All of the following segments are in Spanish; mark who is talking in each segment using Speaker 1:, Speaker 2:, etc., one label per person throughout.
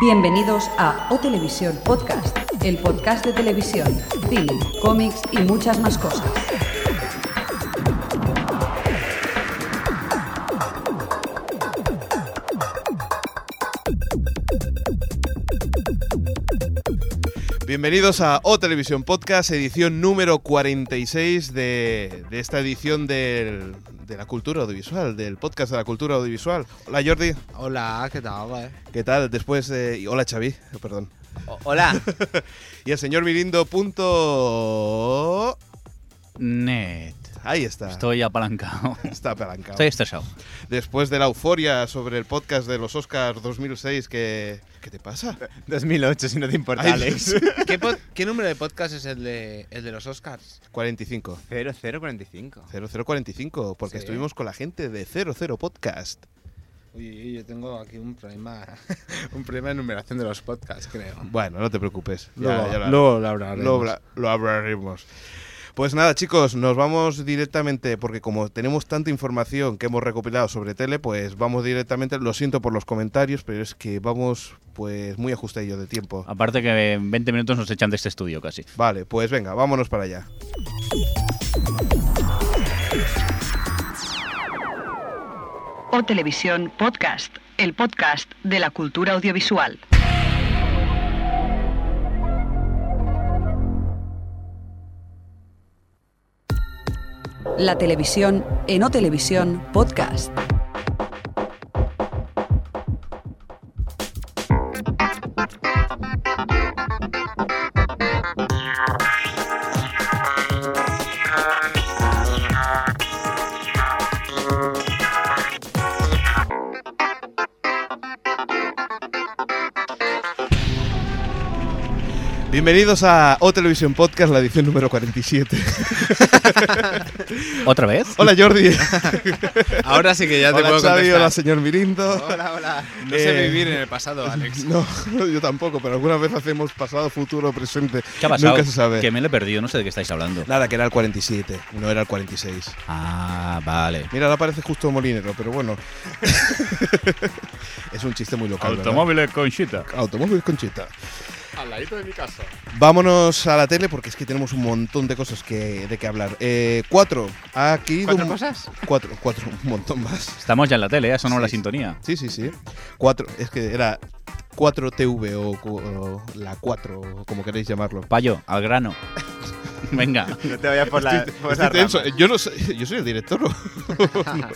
Speaker 1: Bienvenidos a O Televisión Podcast, el podcast de televisión, cine, cómics y muchas más cosas.
Speaker 2: Bienvenidos a O Televisión Podcast, edición número 46 de, de esta edición del- de la cultura audiovisual, del podcast de la cultura audiovisual. Hola Jordi,
Speaker 3: Hola, ¿qué tal? eh?
Speaker 2: ¿qué tal? Después, eh, y hola Xavi, perdón.
Speaker 3: hola.
Speaker 2: Y el señor Mirindo punto...
Speaker 4: Net.
Speaker 2: Ahí está,
Speaker 4: Estoy apalancado.
Speaker 2: está apalancado.
Speaker 4: Estoy estresado.
Speaker 2: Después de la euforia sobre el podcast de los Oscars 2006, que... ¿Qué te pasa?
Speaker 5: 2008, si no te importa,
Speaker 2: Ay,
Speaker 5: Alex.
Speaker 3: ¿Qué, pod- qué número de podcast es el de, el de los Oscars?
Speaker 2: 45.
Speaker 5: 0045.
Speaker 2: 0045, porque
Speaker 3: Sí.
Speaker 2: estuvimos con la gente de 00 Podcast.
Speaker 3: Uy, yo tengo aquí un problema, un problema de numeración de los podcasts, creo.
Speaker 2: Bueno, no te preocupes. ya-
Speaker 3: Luego,
Speaker 2: ya lo-
Speaker 3: luego lo hablaremos.
Speaker 2: Lo, habla- lo hablaremos. Pues nada, chicos, nos vamos directamente, porque como tenemos tanta información que hemos recopilado sobre tele, pues vamos directamente, lo siento por los comentarios, pero es que vamos pues muy ajustadillos de tiempo.
Speaker 4: Aparte que en 20 minutos nos echan de este estudio casi.
Speaker 2: Vale, pues venga, vámonos para allá.
Speaker 1: O Televisión Podcast, el podcast de la cultura audiovisual. La televisión en O Televisión Podcast.
Speaker 2: Bienvenidos a O Televisión Podcast, la edición número 47.
Speaker 4: ¿Otra vez?
Speaker 2: Hola Jordi.
Speaker 3: Ahora sí que ya te
Speaker 2: hola
Speaker 3: puedo
Speaker 2: Xavi,
Speaker 3: contestar.
Speaker 2: hola señor Mirindo.
Speaker 5: Hola, hola.
Speaker 3: No sé
Speaker 2: Eh,
Speaker 3: vivir en el pasado, Alex.
Speaker 2: No, yo tampoco, pero alguna vez hacemos pasado, futuro, presente.
Speaker 4: ¿Qué ha pasado?
Speaker 2: Nunca se sabe.
Speaker 4: Que me lo he perdido, no sé de qué estáis hablando.
Speaker 2: Nada, que era el 47, no era el 46.
Speaker 4: Ah, vale.
Speaker 2: Mira, ahora parece justo Molinero, pero bueno. es un chiste muy local. ¿verdad?
Speaker 4: conchita.
Speaker 2: Automóvil Conchita.
Speaker 3: Al ladito de mi casa.
Speaker 2: Vámonos a la tele porque es que tenemos un montón de cosas que, de que hablar. Eh, cuatro. Ha aquí
Speaker 5: ¿Cuatro
Speaker 2: un-
Speaker 5: cosas?
Speaker 2: Cuatro, cuatro, un montón más.
Speaker 4: Estamos ya en la tele, ¿eh? sonó
Speaker 2: Sí.
Speaker 4: la sintonía.
Speaker 2: Sí, sí, sí. Cuatro, es que era 4TV o, cu- o la 4, o como queréis llamarlo.
Speaker 4: Payo, al grano. Venga,
Speaker 5: No te vayas por la. por
Speaker 2: Estoy
Speaker 5: las
Speaker 2: tenso.
Speaker 5: ramas.
Speaker 2: Yo no sé, yo soy el director. ¿no?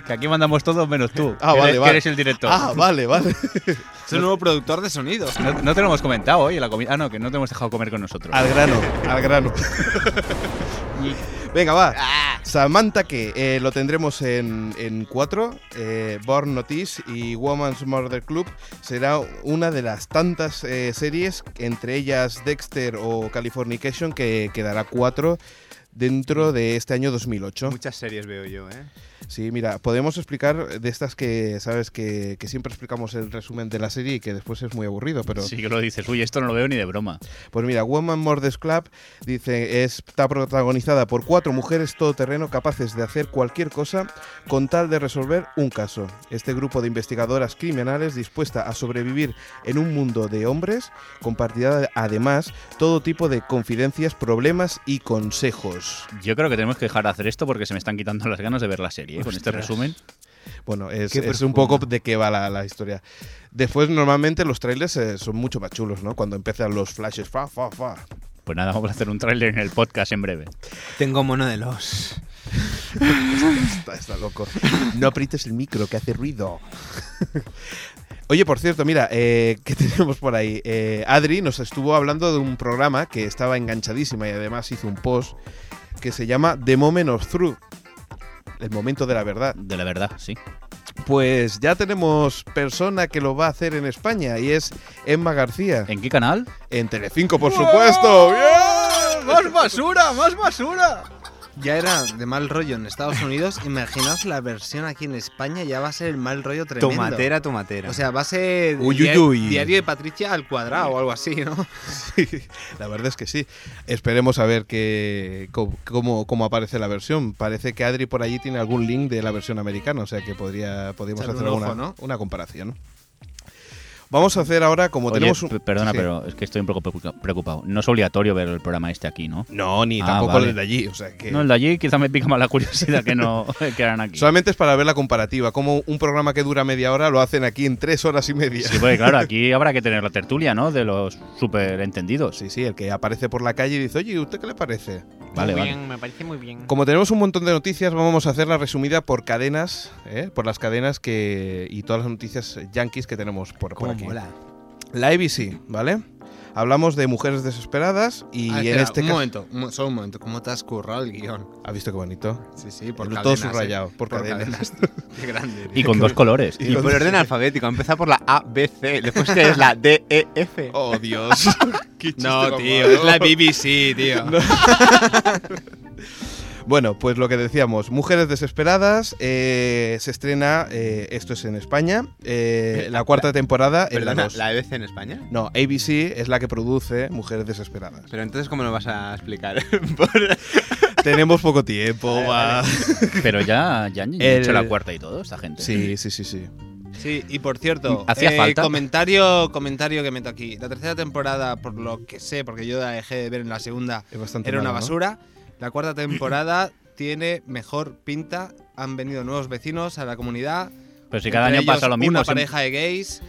Speaker 4: que aquí mandamos todos menos tú.
Speaker 2: Ah, vale,
Speaker 4: que eres- que
Speaker 2: vale.
Speaker 4: eres el director.
Speaker 2: Ah, vale, vale.
Speaker 3: Es un nuevo productor de sonidos.
Speaker 4: No, no te lo hemos comentado hoy en la comida. Ah, no, que no te hemos dejado comer con nosotros.
Speaker 2: Al grano, al grano. Venga, va. Samantha, que eh, lo tendremos en, en cuatro. eh, Born Notice y Woman's Murder Club será una de las tantas eh, series, entre ellas Dexter o Californication, que quedará cuatro dentro de este año 2008.
Speaker 5: Muchas series veo yo, ¿eh?
Speaker 2: Sí, mira, podemos explicar de estas que, sabes, que, que siempre explicamos el resumen de la serie y que después es muy aburrido, pero...
Speaker 4: Sí que lo dices, uy, esto no lo veo ni de broma.
Speaker 2: Pues mira, Woman Murders Club dice, es- está protagonizada por cuatro mujeres todoterreno capaces de hacer cualquier cosa con tal de resolver un caso. Este grupo de investigadoras criminales dispuesta a sobrevivir en un mundo de hombres compartirá además todo tipo de confidencias, problemas y consejos.
Speaker 4: Yo creo que tenemos que dejar de hacer esto porque se me están quitando las ganas de ver la serie ¿eh? con este
Speaker 2: Ostras.
Speaker 4: resumen.
Speaker 2: Bueno, es,
Speaker 5: Qué
Speaker 2: es un
Speaker 5: profundo.
Speaker 2: poco de qué va la, la historia. Después, normalmente los trailers eh, son mucho más chulos, ¿no? Cuando empiezan los flashes, fa, fa, fa.
Speaker 4: Pues nada, vamos a hacer un tráiler en el podcast en breve.
Speaker 3: Tengo mono de los.
Speaker 2: Está, está loco. No aprietes el micro, que hace ruido. Oye, por cierto, mira, eh, ¿qué tenemos por ahí? Eh, Adri nos estuvo hablando de un programa que estaba enganchadísima y además hizo un post que se llama The Moment of Truth. El momento de la verdad.
Speaker 4: De la verdad, sí.
Speaker 2: Pues ya tenemos persona que lo va a hacer en España y es Emma García.
Speaker 4: ¿En qué canal?
Speaker 2: En Telecinco, por supuesto. ¡Bien!
Speaker 3: ¡Más basura! ¡Más basura! Ya era de mal rollo en Estados Unidos. Imaginaos la versión aquí en España. Ya va a ser el mal rollo tremendo.
Speaker 5: Tomatera, tomatera.
Speaker 3: O sea, va a ser
Speaker 2: Uy,
Speaker 3: dia-
Speaker 2: uy, uy.
Speaker 3: diario de Patricia al cuadrado o algo así, ¿no?
Speaker 2: La verdad es que sí. Esperemos a ver qué, co- cómo, cómo aparece la versión. Parece que Adri por allí tiene algún link de la versión americana, o sea que podría, podríamos
Speaker 3: Echarle
Speaker 2: hacer
Speaker 3: un
Speaker 2: una,
Speaker 3: ojo, ¿no?
Speaker 2: una comparación. Vamos a hacer ahora, como
Speaker 4: Oye,
Speaker 2: tenemos un.
Speaker 4: p- Perdona,
Speaker 2: Sí.
Speaker 4: pero es que estoy un poco preocupa- preocupado. No es obligatorio ver el programa este aquí, ¿no?
Speaker 2: No, ni
Speaker 4: Ah,
Speaker 2: tampoco
Speaker 4: vale.
Speaker 2: el de allí. O sea que.
Speaker 4: No, el de allí quizá me pica más la curiosidad que no que harán aquí.
Speaker 2: Solamente es para ver la comparativa, como un programa que dura media hora lo hacen aquí en tres horas y media.
Speaker 4: Sí, pues. porque claro, aquí habrá que tener la tertulia, ¿no? De los superentendidos.
Speaker 2: Sí, sí, el que aparece por la calle y dice, oye, ¿usted qué le parece?
Speaker 4: Vale,
Speaker 6: muy
Speaker 4: vale.
Speaker 6: bien, me parece muy bien.
Speaker 2: Como tenemos un montón de noticias, vamos a hacerla resumida por cadenas, ¿eh? por las cadenas que y todas las noticias yankees que tenemos por, por
Speaker 3: Cómo
Speaker 2: aquí.
Speaker 3: mola.
Speaker 2: La ABC, ¿vale? Hablamos de mujeres desesperadas y
Speaker 3: Ah,
Speaker 2: en
Speaker 3: espera,
Speaker 2: este
Speaker 3: un
Speaker 2: caso...
Speaker 3: momento, un- solo un momento. ¿Cómo te has currado el guión?
Speaker 2: ¿Has visto qué bonito?
Speaker 3: Sí, sí, por
Speaker 2: Todo
Speaker 3: cadenas,
Speaker 2: subrayado,
Speaker 3: eh.
Speaker 2: por cadenas.
Speaker 3: cadenas, tío. Qué grande.
Speaker 4: Y
Speaker 3: tío.
Speaker 4: con dos colores.
Speaker 5: Y por orden alfabético, empezar por la A, B, C, después que es la D, E, F.
Speaker 2: Oh, Dios. Qué chiste
Speaker 3: No,
Speaker 2: tan
Speaker 3: tío,
Speaker 2: malo.
Speaker 3: es la BBC, tío.
Speaker 2: Bueno, pues lo que decíamos, Mujeres Desesperadas eh, se estrena, eh, esto es en España, eh, la cuarta temporada en la
Speaker 5: Perdona,
Speaker 2: dos.
Speaker 5: ¿la EBC en España?
Speaker 2: No, ABC es la que produce Mujeres Desesperadas.
Speaker 5: Pero entonces, ¿cómo lo vas a explicar?
Speaker 2: Tenemos poco tiempo. va.
Speaker 4: Pero ya, ya han
Speaker 2: El-
Speaker 4: hecho la cuarta y todo, esta gente.
Speaker 2: Sí, sí, sí, sí.
Speaker 3: Sí, y por cierto, eh,
Speaker 4: ¿Hacía falta?
Speaker 3: Comentario, comentario que meto aquí. La tercera temporada, por lo que sé, porque yo la dejé de ver en la segunda,
Speaker 2: Es bastante
Speaker 3: era una
Speaker 2: mala, ¿no?
Speaker 3: basura. La cuarta temporada tiene mejor pinta. Han venido nuevos vecinos a la comunidad.
Speaker 4: Pero Pues si cada
Speaker 3: Entre
Speaker 4: año pasa
Speaker 3: ellos,
Speaker 4: lo mismo.
Speaker 3: Una
Speaker 4: siempre-
Speaker 3: pareja de gays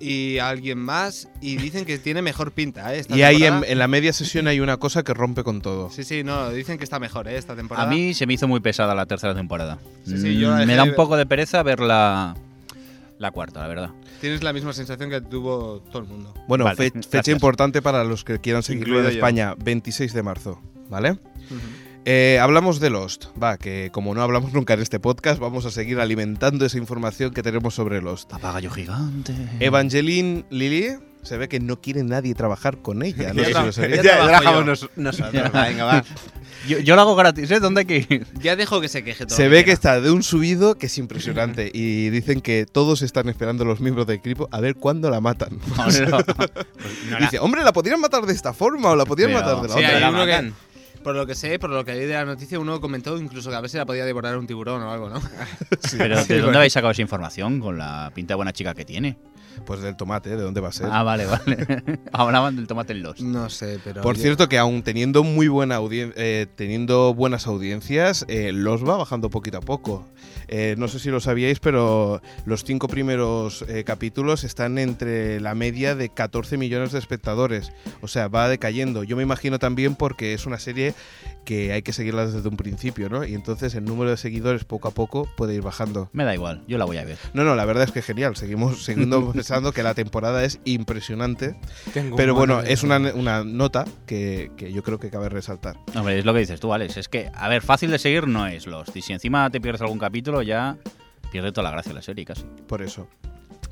Speaker 3: y alguien más. Y dicen que tiene mejor pinta, ¿eh? Esta
Speaker 2: Y ahí en,
Speaker 3: temporada.
Speaker 2: en la media sesión hay una cosa que rompe con todo.
Speaker 3: Sí, sí, no, dicen que está mejor, ¿eh? Esta temporada.
Speaker 4: em- A mí se me hizo muy pesada la tercera temporada.
Speaker 3: Sí, sí, yo la
Speaker 4: Mm,
Speaker 3: dejé
Speaker 4: me da
Speaker 3: de
Speaker 4: un
Speaker 3: ver.
Speaker 4: poco de pereza ver la, la cuarta, la verdad.
Speaker 3: Tienes la misma sensación que tuvo todo el mundo.
Speaker 2: Bueno,
Speaker 4: Vale,
Speaker 2: fe- fecha
Speaker 4: gracias.
Speaker 2: importante para los que quieran seguirlo en
Speaker 5: Incluido yo.
Speaker 2: España, 26 de marzo, ¿vale? Eh, hablamos de Lost, va, que como no hablamos nunca en este podcast, vamos a seguir alimentando esa información que tenemos sobre Lost.
Speaker 4: Papagayo gigante.
Speaker 2: Evangeline Lily se ve que no quiere nadie trabajar con ella. No sé si lo sabéis.
Speaker 3: Ya trabajo yo.
Speaker 5: nos- nosotros. va, Venga, va.
Speaker 4: Yo, yo lo hago gratis, ¿eh? ¿Dónde hay que ir?
Speaker 3: Ya dejo que se queje ¿eh? todo.
Speaker 2: Se ve que está de un subido que es impresionante y dicen que todos están esperando los miembros del equipo a ver cuándo la matan. Dice, hombre, la podrían matar de esta forma o la podrían
Speaker 4: Pero-
Speaker 2: matar de la
Speaker 3: Sí,
Speaker 2: otra.
Speaker 3: hay
Speaker 5: la
Speaker 3: uno que,
Speaker 5: matan.
Speaker 3: por lo que sé, por lo que leí de la noticia, uno comentó incluso que a veces la podía devorar un tiburón o algo, ¿no?
Speaker 4: Pero ¿de
Speaker 2: Sí,
Speaker 4: dónde
Speaker 2: bueno.
Speaker 4: habéis sacado esa información con la pinta de buena chica que tiene?
Speaker 2: Pues del tomate, ¿de dónde va a ser?
Speaker 4: Ah, vale, vale. Hablaban del tomate en los.
Speaker 3: No sé, pero.
Speaker 2: Por cierto que aún teniendo muy buena audien- eh, teniendo buenas audiencias, eh, los va bajando poquito a poco. Eh, no sé si lo sabíais, pero los cinco primeros eh, capítulos están entre la media de 14 millones de espectadores. O sea, va decayendo. Yo me imagino también porque es una serie que hay que seguirla desde un principio, ¿no? Y entonces el número de seguidores poco a poco puede ir bajando.
Speaker 4: Me da igual, yo la voy a ver.
Speaker 2: No, no, la verdad es que genial. Seguimos siguiendo pensando que la temporada es impresionante. Pero bueno, es una, una nota que, que yo creo que cabe resaltar.
Speaker 4: Hombre, es lo que dices tú, Alex. Es que, a ver, fácil de seguir no es Lost. Y si encima te pierdes algún capítulo, ya pierde toda la gracia la serie casi.
Speaker 2: Por eso.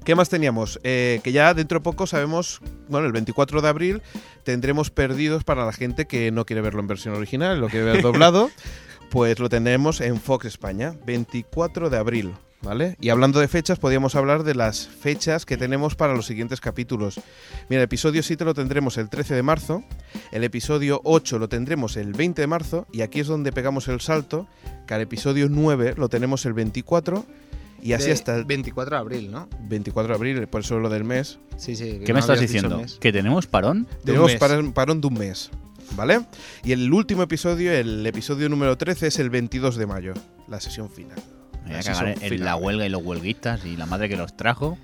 Speaker 2: ¿Qué más teníamos? Eh, que ya dentro de poco sabemos, bueno, el 24 de abril tendremos perdidos para la gente que no quiere verlo en versión original, lo quiere ver doblado, pues lo tendremos en Fox España, 24 de abril, ¿vale? Y hablando de fechas, podríamos hablar de las fechas que tenemos para los siguientes capítulos. Mira, el episodio 7 lo tendremos el 13 de marzo, el episodio 8 lo tendremos el 20 de marzo, y aquí es donde pegamos el salto, que al episodio 9 lo tenemos el 24, y así
Speaker 3: De
Speaker 2: hasta el
Speaker 3: 24 de abril, ¿no?
Speaker 2: 24 de abril, por eso lo del mes.
Speaker 3: Sí, sí.
Speaker 4: ¿Qué me estás diciendo? ¿Que tenemos parón?
Speaker 3: De un
Speaker 2: Tenemos
Speaker 3: mes.
Speaker 2: parón, parón de un mes, ¿vale? Y el último episodio, el episodio número 13, es el 22 de mayo, la sesión final.
Speaker 4: Me voy a
Speaker 2: La
Speaker 4: cagar en
Speaker 2: sesión final.
Speaker 4: la huelga y los huelguistas y la madre que los trajo.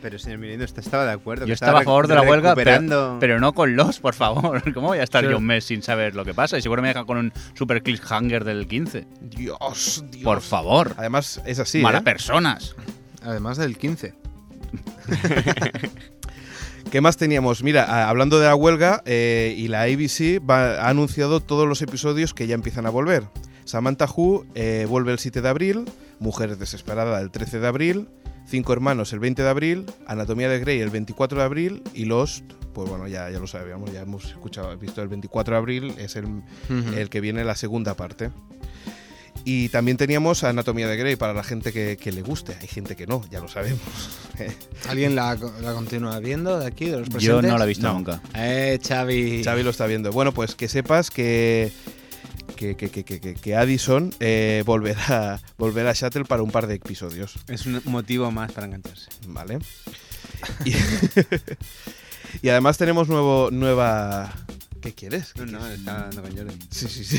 Speaker 5: Pero señor Mirindo, usted estaba de acuerdo.
Speaker 4: Yo
Speaker 5: que
Speaker 4: estaba a
Speaker 5: rec-
Speaker 4: favor de la huelga, pero,
Speaker 5: recuperando-
Speaker 4: pero no con los, por favor. ¿Cómo voy a estar
Speaker 2: Sí.
Speaker 4: yo un mes sin saber lo que pasa? Y seguro me deja con un super cliffhanger del 15.
Speaker 2: Dios, Dios.
Speaker 4: Por favor.
Speaker 2: Además, es así.
Speaker 4: Malas
Speaker 2: ¿eh?
Speaker 4: personas.
Speaker 3: Además del 15.
Speaker 2: ¿Qué más teníamos? Mira, a- hablando de la huelga, eh, y la ABC va- ha anunciado todos los episodios que ya empiezan a volver. Samantha Who eh, vuelve el 7 de abril, Mujeres Desesperadas el 13 de abril, Cinco Hermanos el 20 de abril, Anatomía de Grey el 24 de abril y Lost, pues bueno, ya, ya lo sabíamos, ya hemos escuchado, visto el 24 de abril, es el, el que viene la segunda parte. Y también teníamos Anatomía de Grey para la gente que, que le guste, hay gente que no, ya lo sabemos.
Speaker 3: ¿Alguien la, la continúa viendo de aquí, de los
Speaker 4: Yo
Speaker 3: presentes?
Speaker 4: no la he visto nunca.
Speaker 3: Eh, Xavi.
Speaker 2: Xavi lo está viendo. Bueno, pues que sepas que que, que, que- que- que- que Addison eh, volverá, volverá a Shuttle para un par de episodios,
Speaker 5: Es un motivo más para engancharse.
Speaker 2: ¿vale? Y, y además tenemos nuevo, nueva... ¿Qué quieres?
Speaker 5: No, no, está dando con Jordi.
Speaker 2: Sí, sí, sí.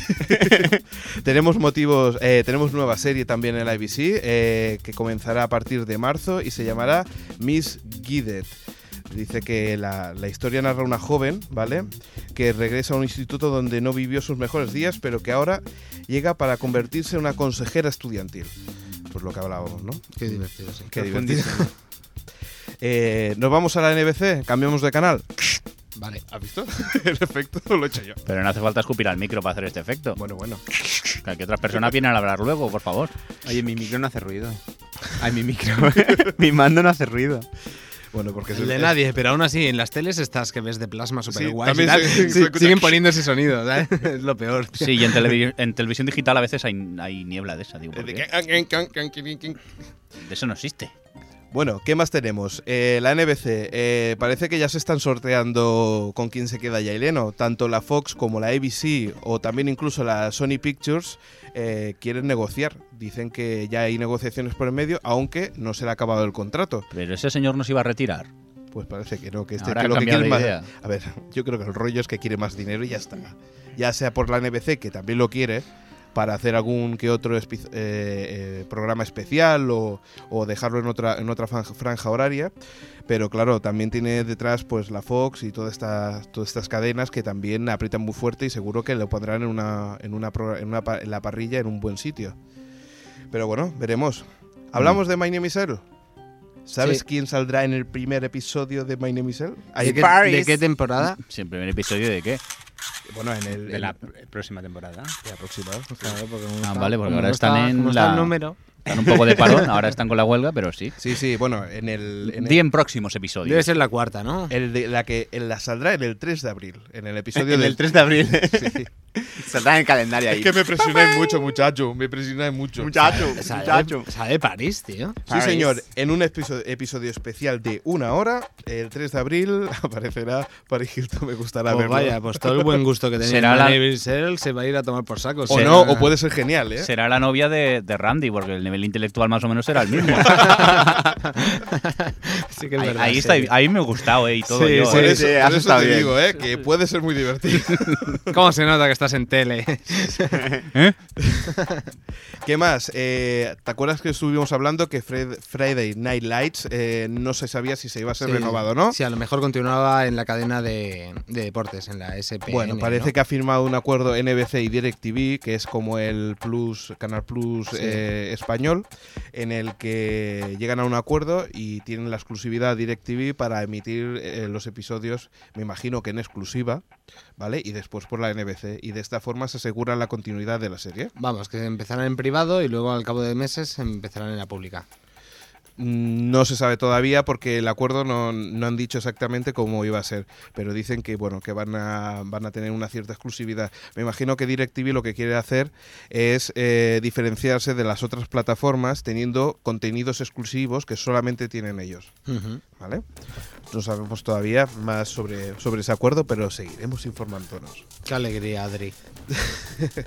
Speaker 2: tenemos motivos, eh, tenemos nueva serie también en la IBC eh, que comenzará a partir de marzo y se llamará Miss Guided. Dice que la, la historia narra una joven, ¿vale? Que regresa a un instituto donde no vivió sus mejores días, pero que ahora llega para convertirse en una consejera estudiantil. Pues lo que hablábamos, ¿no?
Speaker 3: Qué divertido, sí.
Speaker 2: Qué divertido. Eh, Nos vamos a la NBC, cambiamos de canal.
Speaker 3: Vale.
Speaker 2: ¿Has visto? El efecto lo he hecho yo.
Speaker 4: Pero no hace falta escupir al micro para hacer este efecto.
Speaker 2: Bueno, bueno.
Speaker 4: Que otras personas vienen a hablar luego, por favor.
Speaker 5: Oye, mi micro no hace ruido. Ay, mi micro. mi mando no hace ruido.
Speaker 2: Bueno, porque
Speaker 3: El
Speaker 2: es-
Speaker 3: de
Speaker 2: es-
Speaker 3: nadie, pero aún así, en las teles estas que ves de plasma super guay.
Speaker 2: también se- se escucha-
Speaker 3: siguen poniendo ese sonido, ¿sabes? Es lo peor. tío.
Speaker 4: Sí, y en, televi- en televisión digital a veces hay, hay niebla de esa, digo. ¿por
Speaker 2: es de
Speaker 4: qué?
Speaker 2: que-
Speaker 4: De eso no existe.
Speaker 2: Bueno, ¿qué más tenemos? Eh, la NBC, eh, parece que ya se están sorteando con quién se queda Yaileno. Tanto la Fox como la ABC o también incluso la Sony Pictures eh, quieren negociar. Dicen que ya hay negociaciones por el medio, aunque no se le ha acabado el contrato.
Speaker 4: Pero ese señor nos iba a retirar.
Speaker 2: Pues parece que no, que este
Speaker 4: Ahora
Speaker 2: que
Speaker 4: ha
Speaker 2: lo que
Speaker 4: cambiado
Speaker 2: quiere
Speaker 4: de
Speaker 2: más-
Speaker 4: idea.
Speaker 2: A ver, yo creo que el rollo es que quiere más dinero y ya está. Ya sea por la NBC, que también lo quiere, para hacer algún que otro espi- eh, eh, programa especial o, o dejarlo en otra, en otra fran- franja horaria. Pero claro, también tiene detrás pues la Fox y toda esta- todas estas cadenas que también aprietan muy fuerte y seguro que lo pondrán en, una, en, una, pro- en, una pa- en la parrilla en un buen sitio. Pero bueno, veremos.
Speaker 4: Mm.
Speaker 2: Hablamos de My Name is Earl. ¿Sabes
Speaker 3: Sí.
Speaker 2: quién saldrá en el primer episodio de My Name is Earl? Ahí-
Speaker 3: ¿De qué,
Speaker 5: Paris.
Speaker 3: de qué temporada?
Speaker 4: Sí, en primer episodio de qué. Ah,
Speaker 2: bueno, en el,
Speaker 5: De la
Speaker 2: en-
Speaker 5: pr- próxima temporada.
Speaker 2: de aproximado.
Speaker 4: Ah, vale, porque
Speaker 3: Como
Speaker 4: ahora
Speaker 3: no
Speaker 4: están
Speaker 3: está-
Speaker 4: en
Speaker 3: como está
Speaker 4: la-
Speaker 3: el número.
Speaker 4: Están un poco de parón, ahora están con la huelga, pero sí.
Speaker 2: Sí, sí, bueno, en el. en el-
Speaker 4: 10 próximos
Speaker 3: Debe
Speaker 4: episodios.
Speaker 3: ser la cuarta, ¿no?
Speaker 2: el de- la que en la saldrá en el 3 de abril, en el episodio
Speaker 5: En
Speaker 2: del
Speaker 5: el 3 de abril.
Speaker 2: Sí, sí.
Speaker 5: Saldrá en el calendario ahí.
Speaker 2: Es que me presionáis mucho, muchacho, me presionáis mucho.
Speaker 5: Muchacho,
Speaker 3: Esa de-
Speaker 5: muchacho.
Speaker 3: esa de París, tío.
Speaker 2: Sí, señor, en un episo- episodio especial de una hora, el 3 de abril aparecerá Paris Hilton, me gustará
Speaker 3: Pues
Speaker 2: verlo.
Speaker 3: vaya, pues todo el buen gusto que tenía
Speaker 4: Será
Speaker 3: en
Speaker 4: la- Ah.
Speaker 3: Neville Serrell se va a ir a tomar por saco.
Speaker 2: o
Speaker 3: Será-
Speaker 2: no, o puede ser genial, ¿eh?
Speaker 4: Será la novia de, de Randy, porque el nivel intelectual más o menos era el mismo.
Speaker 3: Sí que es
Speaker 4: ahí,
Speaker 3: verdad,
Speaker 4: ahí
Speaker 3: sí.
Speaker 4: está, ahí me gustaba y todo.
Speaker 3: Sí,
Speaker 4: yo,
Speaker 3: sí,
Speaker 2: Por
Speaker 4: ¿eh?
Speaker 2: eso,
Speaker 5: sí,
Speaker 2: por
Speaker 5: has
Speaker 2: eso
Speaker 5: estado
Speaker 2: te
Speaker 5: bien.
Speaker 2: digo, ¿eh? Que puede ser muy divertido.
Speaker 3: ¿Cómo se nota que estás en tele?
Speaker 4: ¿Eh?
Speaker 2: ¿Qué más? Eh, ¿Te acuerdas que estuvimos hablando que Fred- Friday Night Lights eh, no se sabía si se iba a ser
Speaker 3: Sí.
Speaker 2: renovado no?
Speaker 3: Sí, a lo mejor continuaba en la cadena de, de deportes, en la SPN.
Speaker 2: Bueno, parece
Speaker 3: ¿no?
Speaker 2: que ha firmado un acuerdo NBC y DirecTV, que es como el Plus, Canal Plus
Speaker 3: Sí.
Speaker 2: eh, español, en el que llegan a un acuerdo y tienen la exclusividad DirecTV para emitir eh, los episodios, me imagino que en exclusiva, ¿vale? Y después por la NBC. Y de esta forma se asegura la continuidad de la serie.
Speaker 3: Vamos, que empezarán en privado y luego al cabo de meses empezarán en la pública.
Speaker 2: Mm, No se sabe todavía porque el acuerdo no, no han dicho exactamente cómo iba a ser, pero dicen que bueno que van a, van a tener una cierta exclusividad. Me imagino que DirecTV lo que quiere hacer es eh, diferenciarse de las otras plataformas teniendo contenidos exclusivos que solamente tienen ellos, ¿vale? No sabemos todavía más sobre, sobre ese acuerdo, pero seguiremos informándonos.
Speaker 3: Qué alegría, Adri.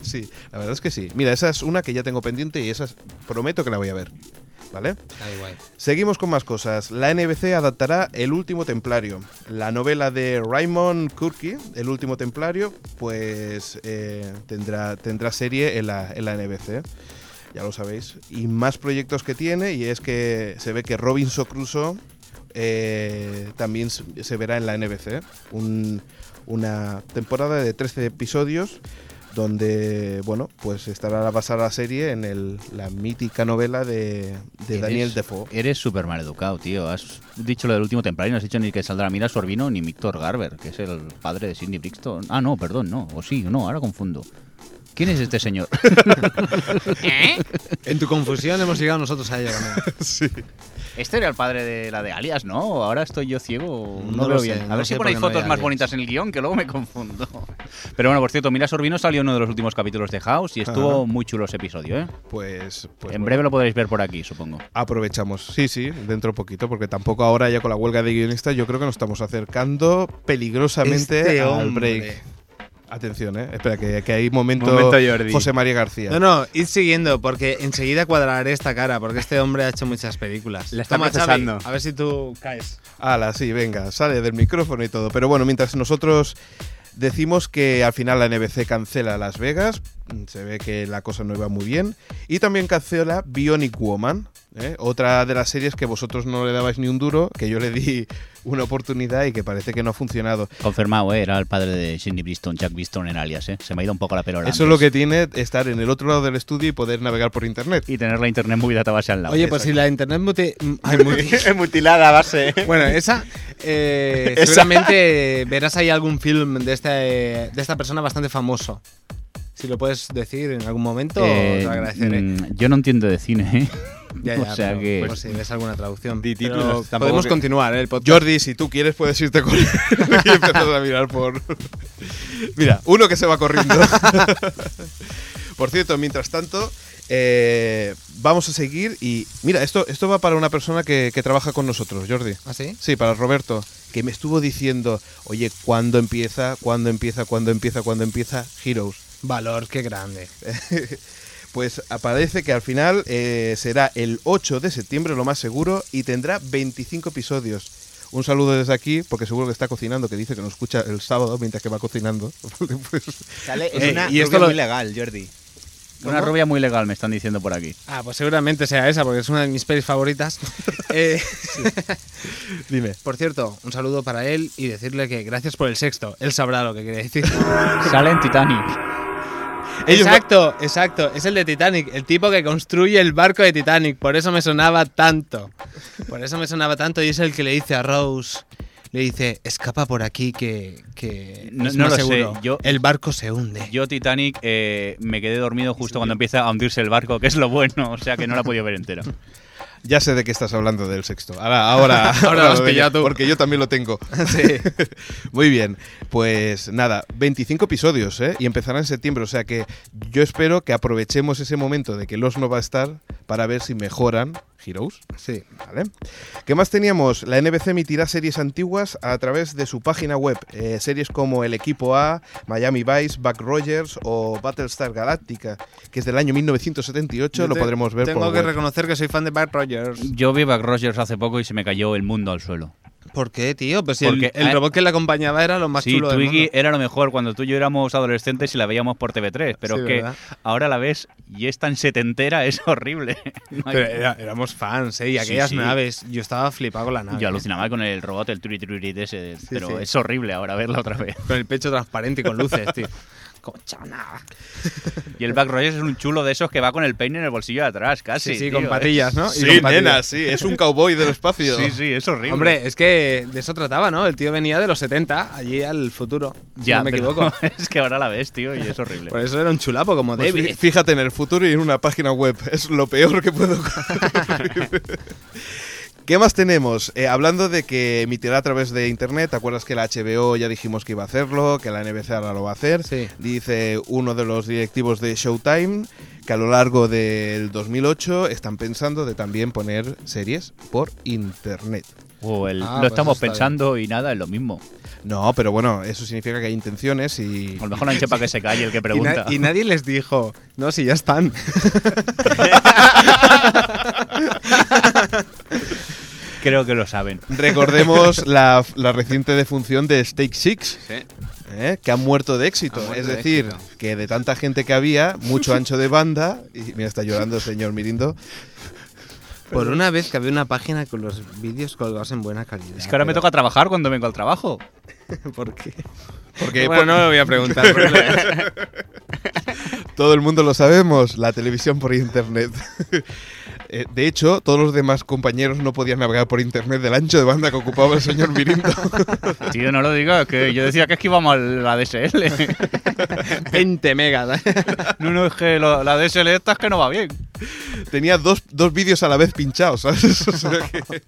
Speaker 2: sí, la verdad es que sí. Mira, esa es una que ya tengo pendiente y esa es- prometo que la voy a ver, ¿vale?
Speaker 3: Da igual.
Speaker 2: Seguimos con más cosas. La NBC adaptará El último templario. La novela de Raymond Kurki, El último templario, pues eh, tendrá, tendrá serie en la, en la NBC. Ya lo sabéis. Y más proyectos que tiene, y es que se ve que Robinson Crusoe eh, también se se verá en la NBC. Un- una temporada de 13 episodios donde, bueno, pues estará basada la serie en el- la mítica novela de, de
Speaker 4: Eres-
Speaker 2: Daniel Defoe.
Speaker 4: Eres súper mal educado, tío. Has dicho lo del último temprano y no has dicho ni que saldrá Mira Sorbino ni Víctor Garber, que es el padre de Sidney Brixton. Ah, no, perdón, no. O sí, no, ahora confundo. ¿Quién es este señor?
Speaker 3: En tu confusión hemos llegado nosotros a ello. ¿no?
Speaker 4: Este era el padre de la de Alias, ¿no? Ahora estoy yo ciego, no,
Speaker 3: No lo
Speaker 4: veo
Speaker 3: sé,
Speaker 4: bien. A
Speaker 3: no
Speaker 4: ver
Speaker 3: sé
Speaker 4: si
Speaker 3: por
Speaker 4: ponéis
Speaker 3: qué no
Speaker 4: fotos
Speaker 3: hay
Speaker 4: más
Speaker 3: Alias.
Speaker 4: bonitas en el guión, que luego me confundo. Pero bueno, por cierto, Mira Sorbino salió en uno de los últimos capítulos de House y estuvo
Speaker 2: Ajá.
Speaker 4: muy chulo ese episodio, ¿eh?
Speaker 2: Pues, pues
Speaker 4: en
Speaker 2: bueno,
Speaker 4: breve lo podréis ver por aquí, supongo.
Speaker 2: aprovechamos. Sí, sí, dentro poquito, porque tampoco ahora ya con la huelga de guionistas yo creo que nos estamos acercando peligrosamente
Speaker 3: Este
Speaker 2: al
Speaker 3: hombre.
Speaker 2: break. Atención, ¿eh? Espera, que, que hay momento,
Speaker 5: Momento Jordi.
Speaker 2: José María García.
Speaker 3: No, no, id siguiendo, porque enseguida cuadraré esta cara, porque este hombre ha hecho muchas películas.
Speaker 5: La está
Speaker 3: Toma, Xavi,
Speaker 5: procesando.
Speaker 3: a ver si tú caes.
Speaker 2: Ala, sí, venga, sale del micrófono y todo. Pero bueno, mientras nosotros decimos que al final la NBC cancela Las Vegas, mm, se ve que la cosa no iba muy bien, y también cancela Bionic Woman, ¿eh? otra de las series que vosotros no le dabais ni un duro, que yo le di una oportunidad y que parece que no ha funcionado.
Speaker 4: Confirmado, ¿eh? era el padre de Sidney Briston, Jack Briston en alias. ¿eh? Se me ha ido un poco la pelota.
Speaker 2: Eso es lo que tiene estar en el otro lado del estudio y poder navegar por internet.
Speaker 4: Y tener la internet muy database al lado. Eh,
Speaker 3: Oye, pues si la internet muti- ay, muti-
Speaker 5: Es mutilada base.
Speaker 3: Bueno, esa, eh,
Speaker 5: Esa.
Speaker 3: seguramente verás ahí algún film de, este, de esta persona bastante famoso. Si lo puedes decir en algún momento,
Speaker 4: Eh,
Speaker 3: te lo agradeceré.
Speaker 4: mm, yo no entiendo de cine, ¿eh?
Speaker 3: Ya, ya,
Speaker 4: o sea
Speaker 3: pero, pues
Speaker 4: que.
Speaker 3: por si ves alguna traducción.
Speaker 5: Di
Speaker 3: Pero
Speaker 5: títulos, tampoco
Speaker 3: podemos
Speaker 5: que-
Speaker 3: continuar ¿eh? el podcast.
Speaker 2: Jordi, si tú quieres puedes irte con él y empezar a mirar por... Mira, uno que se va corriendo. por cierto, mientras tanto, eh, vamos a seguir y... Mira, esto, esto va para una persona que, que trabaja con nosotros, Jordi.
Speaker 3: ¿Ah, sí?
Speaker 2: Sí, para Roberto, que me estuvo diciendo, oye, ¿cuándo empieza? ¿Cuándo empieza? ¿Cuándo empieza? ¿Cuándo empieza? Heroes.
Speaker 3: Valor, qué grande.
Speaker 2: Pues aparece que al final eh, será el 8 de septiembre, lo más seguro, y tendrá 25 episodios. Un saludo desde aquí, porque seguro que está cocinando, que dice que nos escucha el sábado mientras que va cocinando. Pues,
Speaker 5: es
Speaker 3: Eh,
Speaker 5: una
Speaker 3: y esto
Speaker 5: rubia
Speaker 3: lo-
Speaker 5: muy legal, Jordi.
Speaker 4: Una rubia muy legal, me están diciendo por aquí.
Speaker 3: Ah, pues seguramente sea esa, porque es una de mis pelis favoritas. Eh,
Speaker 2: dime.
Speaker 3: por cierto, un saludo para él y decirle que gracias por el sexto. Él sabrá lo que quiere decir.
Speaker 4: Sale en Titanic.
Speaker 2: Ellos va-
Speaker 3: exacto, exacto. Es el de Titanic, el tipo que construye el barco de Titanic. Por eso me sonaba tanto. Por eso me sonaba tanto y es el que le dice a Rose. Le dice, escapa por aquí que, que
Speaker 4: No-
Speaker 3: es
Speaker 4: no
Speaker 3: más
Speaker 4: lo sé,
Speaker 3: seguro.
Speaker 4: yo-
Speaker 3: El barco se hunde.
Speaker 4: Yo, Titanic, eh, me quedé dormido justo cuando empieza a hundirse el barco, que es lo bueno, o sea que no la he podido ver entera.
Speaker 2: Ya sé de qué estás hablando del sexto. Ahora, ahora,
Speaker 3: Ahora lo has
Speaker 2: veo yo,
Speaker 3: pillado tú.
Speaker 2: Porque yo también lo tengo. Muy bien. Pues nada, 25 episodios, ¿eh? Y empezará en septiembre. O sea que yo espero que aprovechemos ese momento de que los no va a estar para ver si mejoran Heroes.
Speaker 3: Sí.
Speaker 2: ¿Vale? ¿Qué más teníamos? La NBC emitirá series antiguas a través de su página web. eh, series como El Equipo A, Miami Vice, Buck Rogers o Battlestar Galactica, que es del año 1978,
Speaker 3: Yo
Speaker 2: lo
Speaker 3: te-
Speaker 2: podremos ver
Speaker 3: Tengo
Speaker 2: por
Speaker 3: que
Speaker 2: web.
Speaker 3: reconocer que soy fan de Buck Rogers.
Speaker 4: Yo vi Buck Rogers hace poco y se me cayó el mundo al suelo.
Speaker 3: ¿Por qué, tío? Pues si
Speaker 4: Porque,
Speaker 3: el, el
Speaker 4: eh,
Speaker 3: robot que la acompañaba era lo más
Speaker 4: sí,
Speaker 3: chulo del
Speaker 4: Twiggy
Speaker 3: mundo.
Speaker 4: era lo mejor cuando tú y yo éramos adolescentes y la veíamos por TV3, pero
Speaker 3: Sí,
Speaker 4: es que
Speaker 3: ¿verdad?
Speaker 4: ahora la ves y es tan setentera, es horrible. No hay-
Speaker 3: Pero era- éramos fans, ¿eh? Y
Speaker 4: Sí,
Speaker 3: aquellas
Speaker 4: sí.
Speaker 3: naves. Yo estaba flipado con la nave. ¿eh?
Speaker 4: Yo alucinaba con el robot, el turi turi de ese, pero
Speaker 3: sí.
Speaker 4: es horrible ahora verla otra vez.
Speaker 3: Con el pecho transparente y con luces, tío. Cochana.
Speaker 4: Ah, Y el Buck Rogers es un chulo de esos que va con el peine en el bolsillo de atrás, casi.
Speaker 3: Sí, sí,
Speaker 4: tío,
Speaker 3: con
Speaker 4: es-
Speaker 3: patillas, ¿no? Y
Speaker 2: Sí,
Speaker 3: con patillas.
Speaker 2: nena, sí, es un cowboy del espacio.
Speaker 4: Sí, sí, es horrible.
Speaker 3: Hombre, es que de eso trataba, ¿no? El tío venía de los 70, allí al futuro. si
Speaker 4: ya,
Speaker 3: no me
Speaker 4: pero
Speaker 3: equivoco.
Speaker 4: Es que ahora la ves, tío, y es horrible.
Speaker 3: Por eso era un chulapo como
Speaker 2: Pues
Speaker 3: David.
Speaker 2: fí- fíjate en el futuro y en una página web. Es lo peor que puedo. ¿Qué más tenemos? Eh, hablando de que emitirá a través de internet, ¿te acuerdas que la HBO ya dijimos que iba a hacerlo? Que la NBC ahora lo va a hacer.
Speaker 3: Sí.
Speaker 2: Dice uno de los directivos de Showtime que a lo largo del 2008 están pensando de también poner series por internet.
Speaker 4: O el-
Speaker 3: Ah,
Speaker 4: lo
Speaker 3: pues
Speaker 4: estamos
Speaker 3: está bien.
Speaker 4: pensando y nada, es lo mismo.
Speaker 2: No, pero bueno, eso significa que hay intenciones y...
Speaker 4: A lo mejor la han hecho para que se calle el que
Speaker 3: Y, na-
Speaker 4: pregunta.
Speaker 3: y nadie les dijo, no, si ya están.
Speaker 4: Creo que lo saben.
Speaker 3: Ah,
Speaker 2: Recordemos la, la reciente defunción de Stake Six, ¿eh? que ha muerto de éxito.
Speaker 5: Ha muerto
Speaker 2: es
Speaker 5: de
Speaker 2: decir,
Speaker 5: éxito.
Speaker 2: que de tanta gente que había, mucho ancho de banda, y mira, está llorando el señor Mirindo.
Speaker 3: Por una vez que había una página con los vídeos colgados en buena calidad.
Speaker 4: Es que ahora me toca trabajar cuando vengo al trabajo.
Speaker 3: ¿Por qué?
Speaker 2: Porque
Speaker 3: bueno, no lo voy a preguntar. porque-
Speaker 2: todo el mundo lo sabemos, la televisión por internet. Eh, De hecho, todos los demás compañeros no podían navegar por internet del ancho de banda que ocupaba el señor Mirindo.
Speaker 4: Tío, no lo digas, que yo decía que esquivamos la DSL.
Speaker 3: 20 megas. ¿eh?
Speaker 4: No, no, es que lo- la DSL esta es que no va bien.
Speaker 2: Tenía dos, dos vídeos a la vez pinchados, ¿sabes? O sea que-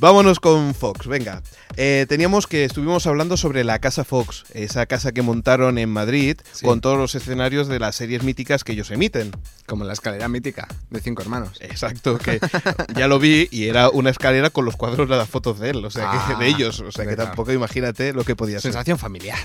Speaker 2: Vámonos con Fox, venga. Eh, teníamos que, estuvimos hablando sobre la casa Fox, esa casa que montaron en Madrid
Speaker 3: Sí.
Speaker 2: con todos los escenarios de las series míticas que ellos emiten.
Speaker 3: Como la escalera mítica de cinco hermanos.
Speaker 4: Eh,
Speaker 2: Exacto, que ya lo vi y era una escalera con los cuadros de las fotos de él, o sea, que,
Speaker 3: Ah,
Speaker 2: de ellos, o sea, que
Speaker 3: venga.
Speaker 2: tampoco imagínate lo que podía ser.
Speaker 3: Sensación familiar.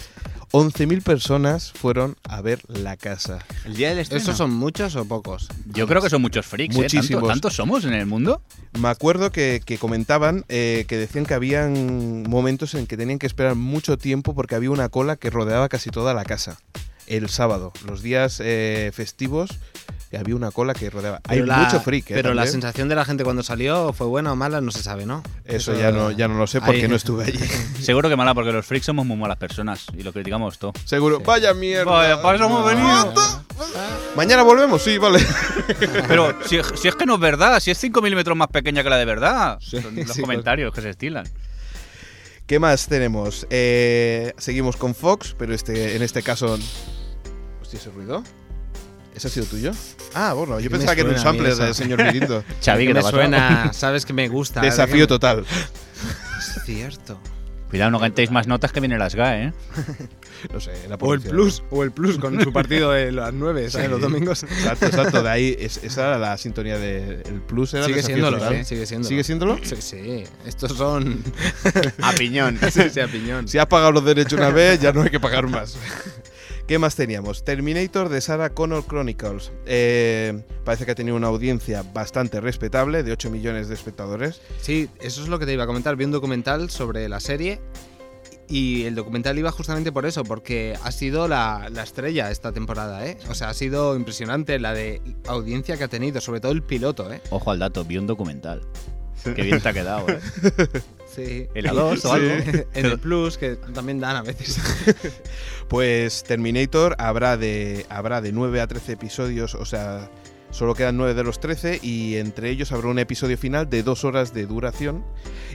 Speaker 2: 11.000 personas fueron a ver la casa.
Speaker 5: El día del estreno.
Speaker 3: ¿Esos son muchos o pocos?
Speaker 4: Yo creo que son muchos freaks, ¿eh? ¿Tanto-
Speaker 2: Muchísimos.
Speaker 4: ¿Tantos somos en el mundo?
Speaker 2: Me acuerdo que, que comentaban eh, que decían que habían momentos en que tenían que esperar mucho tiempo porque había una cola que rodeaba casi toda la casa. El sábado, los días eh, festivos, había una cola que rodeaba. Hay
Speaker 3: Pero la-
Speaker 2: mucho freak, ¿eh?
Speaker 3: Pero la
Speaker 2: también.
Speaker 3: sensación de la gente cuando salió fue buena o mala, no se sabe, ¿no?
Speaker 2: Eso ya no, ya no lo sé porque
Speaker 3: Ahí-
Speaker 2: no estuve allí.
Speaker 4: Seguro que mala, porque los freaks somos muy malas personas y lo criticamos todo.
Speaker 2: Seguro, vaya mierda.
Speaker 4: Vaya, para eso hemos venido.
Speaker 2: Mañana volvemos, sí, vale.
Speaker 4: Pero si, es- si es que no es verdad, si es 5 milímetros más pequeña que la de verdad, son los
Speaker 2: sí,
Speaker 4: comentarios que se estilan.
Speaker 2: ¿Qué más tenemos? Eh, seguimos con Fox, pero este, en este caso. Hostia, ese ruido. ¿Ese ha sido tuyo? Ah, bueno, yo
Speaker 3: Me
Speaker 2: pensaba que era un
Speaker 3: suena a mí
Speaker 2: sample
Speaker 3: eso.
Speaker 2: del señor Mirindo.
Speaker 4: Xavi, que
Speaker 3: me
Speaker 4: te pasa?
Speaker 3: suena, sabes que me gusta.
Speaker 2: Desafío
Speaker 3: todo.
Speaker 2: total.
Speaker 3: Es cierto.
Speaker 4: Cuidado, no cantéis más notas que vienen las GA, ¿eh?
Speaker 2: No sé, la
Speaker 3: O el
Speaker 2: publicidad.
Speaker 3: plus, o el plus con su partido de las 9, ¿sabes?
Speaker 2: Sí.
Speaker 3: Los domingos.
Speaker 2: Exacto, exacto. De ahí, es- esa era la sintonía del plus. Era
Speaker 3: Sigue
Speaker 2: desafío
Speaker 3: siéndolo,
Speaker 2: total.
Speaker 3: ¿eh? Sigue siéndolo.
Speaker 2: ¿Sigue siéndolo?
Speaker 3: Sí, sí. Estos son.
Speaker 5: A piñón.
Speaker 3: Sí, sí, a piñón.
Speaker 2: Si has pagado los derechos una vez, ya no hay que pagar más. ¿Qué más teníamos? Terminator de Sarah Connor Chronicles. Eh, parece que ha tenido una audiencia bastante respetable, de 8 millones de espectadores.
Speaker 3: Sí, eso es lo que te iba a comentar. Vi un documental sobre la serie y el documental iba justamente por eso, porque ha sido la, la estrella esta temporada, ¿eh? O sea, ha sido impresionante la de audiencia que ha tenido, sobre todo el piloto, ¿eh?
Speaker 4: Ojo al dato, vi un documental. Qué bien te ha quedado, ¿eh?
Speaker 3: Sí.
Speaker 4: El A2 o algo.
Speaker 3: en el Plus, que también dan a veces.
Speaker 2: Pues Terminator habrá de, habrá de 9 a 13 episodios, o sea, solo quedan 9 de los 13 y entre ellos habrá un episodio final de 2 horas de duración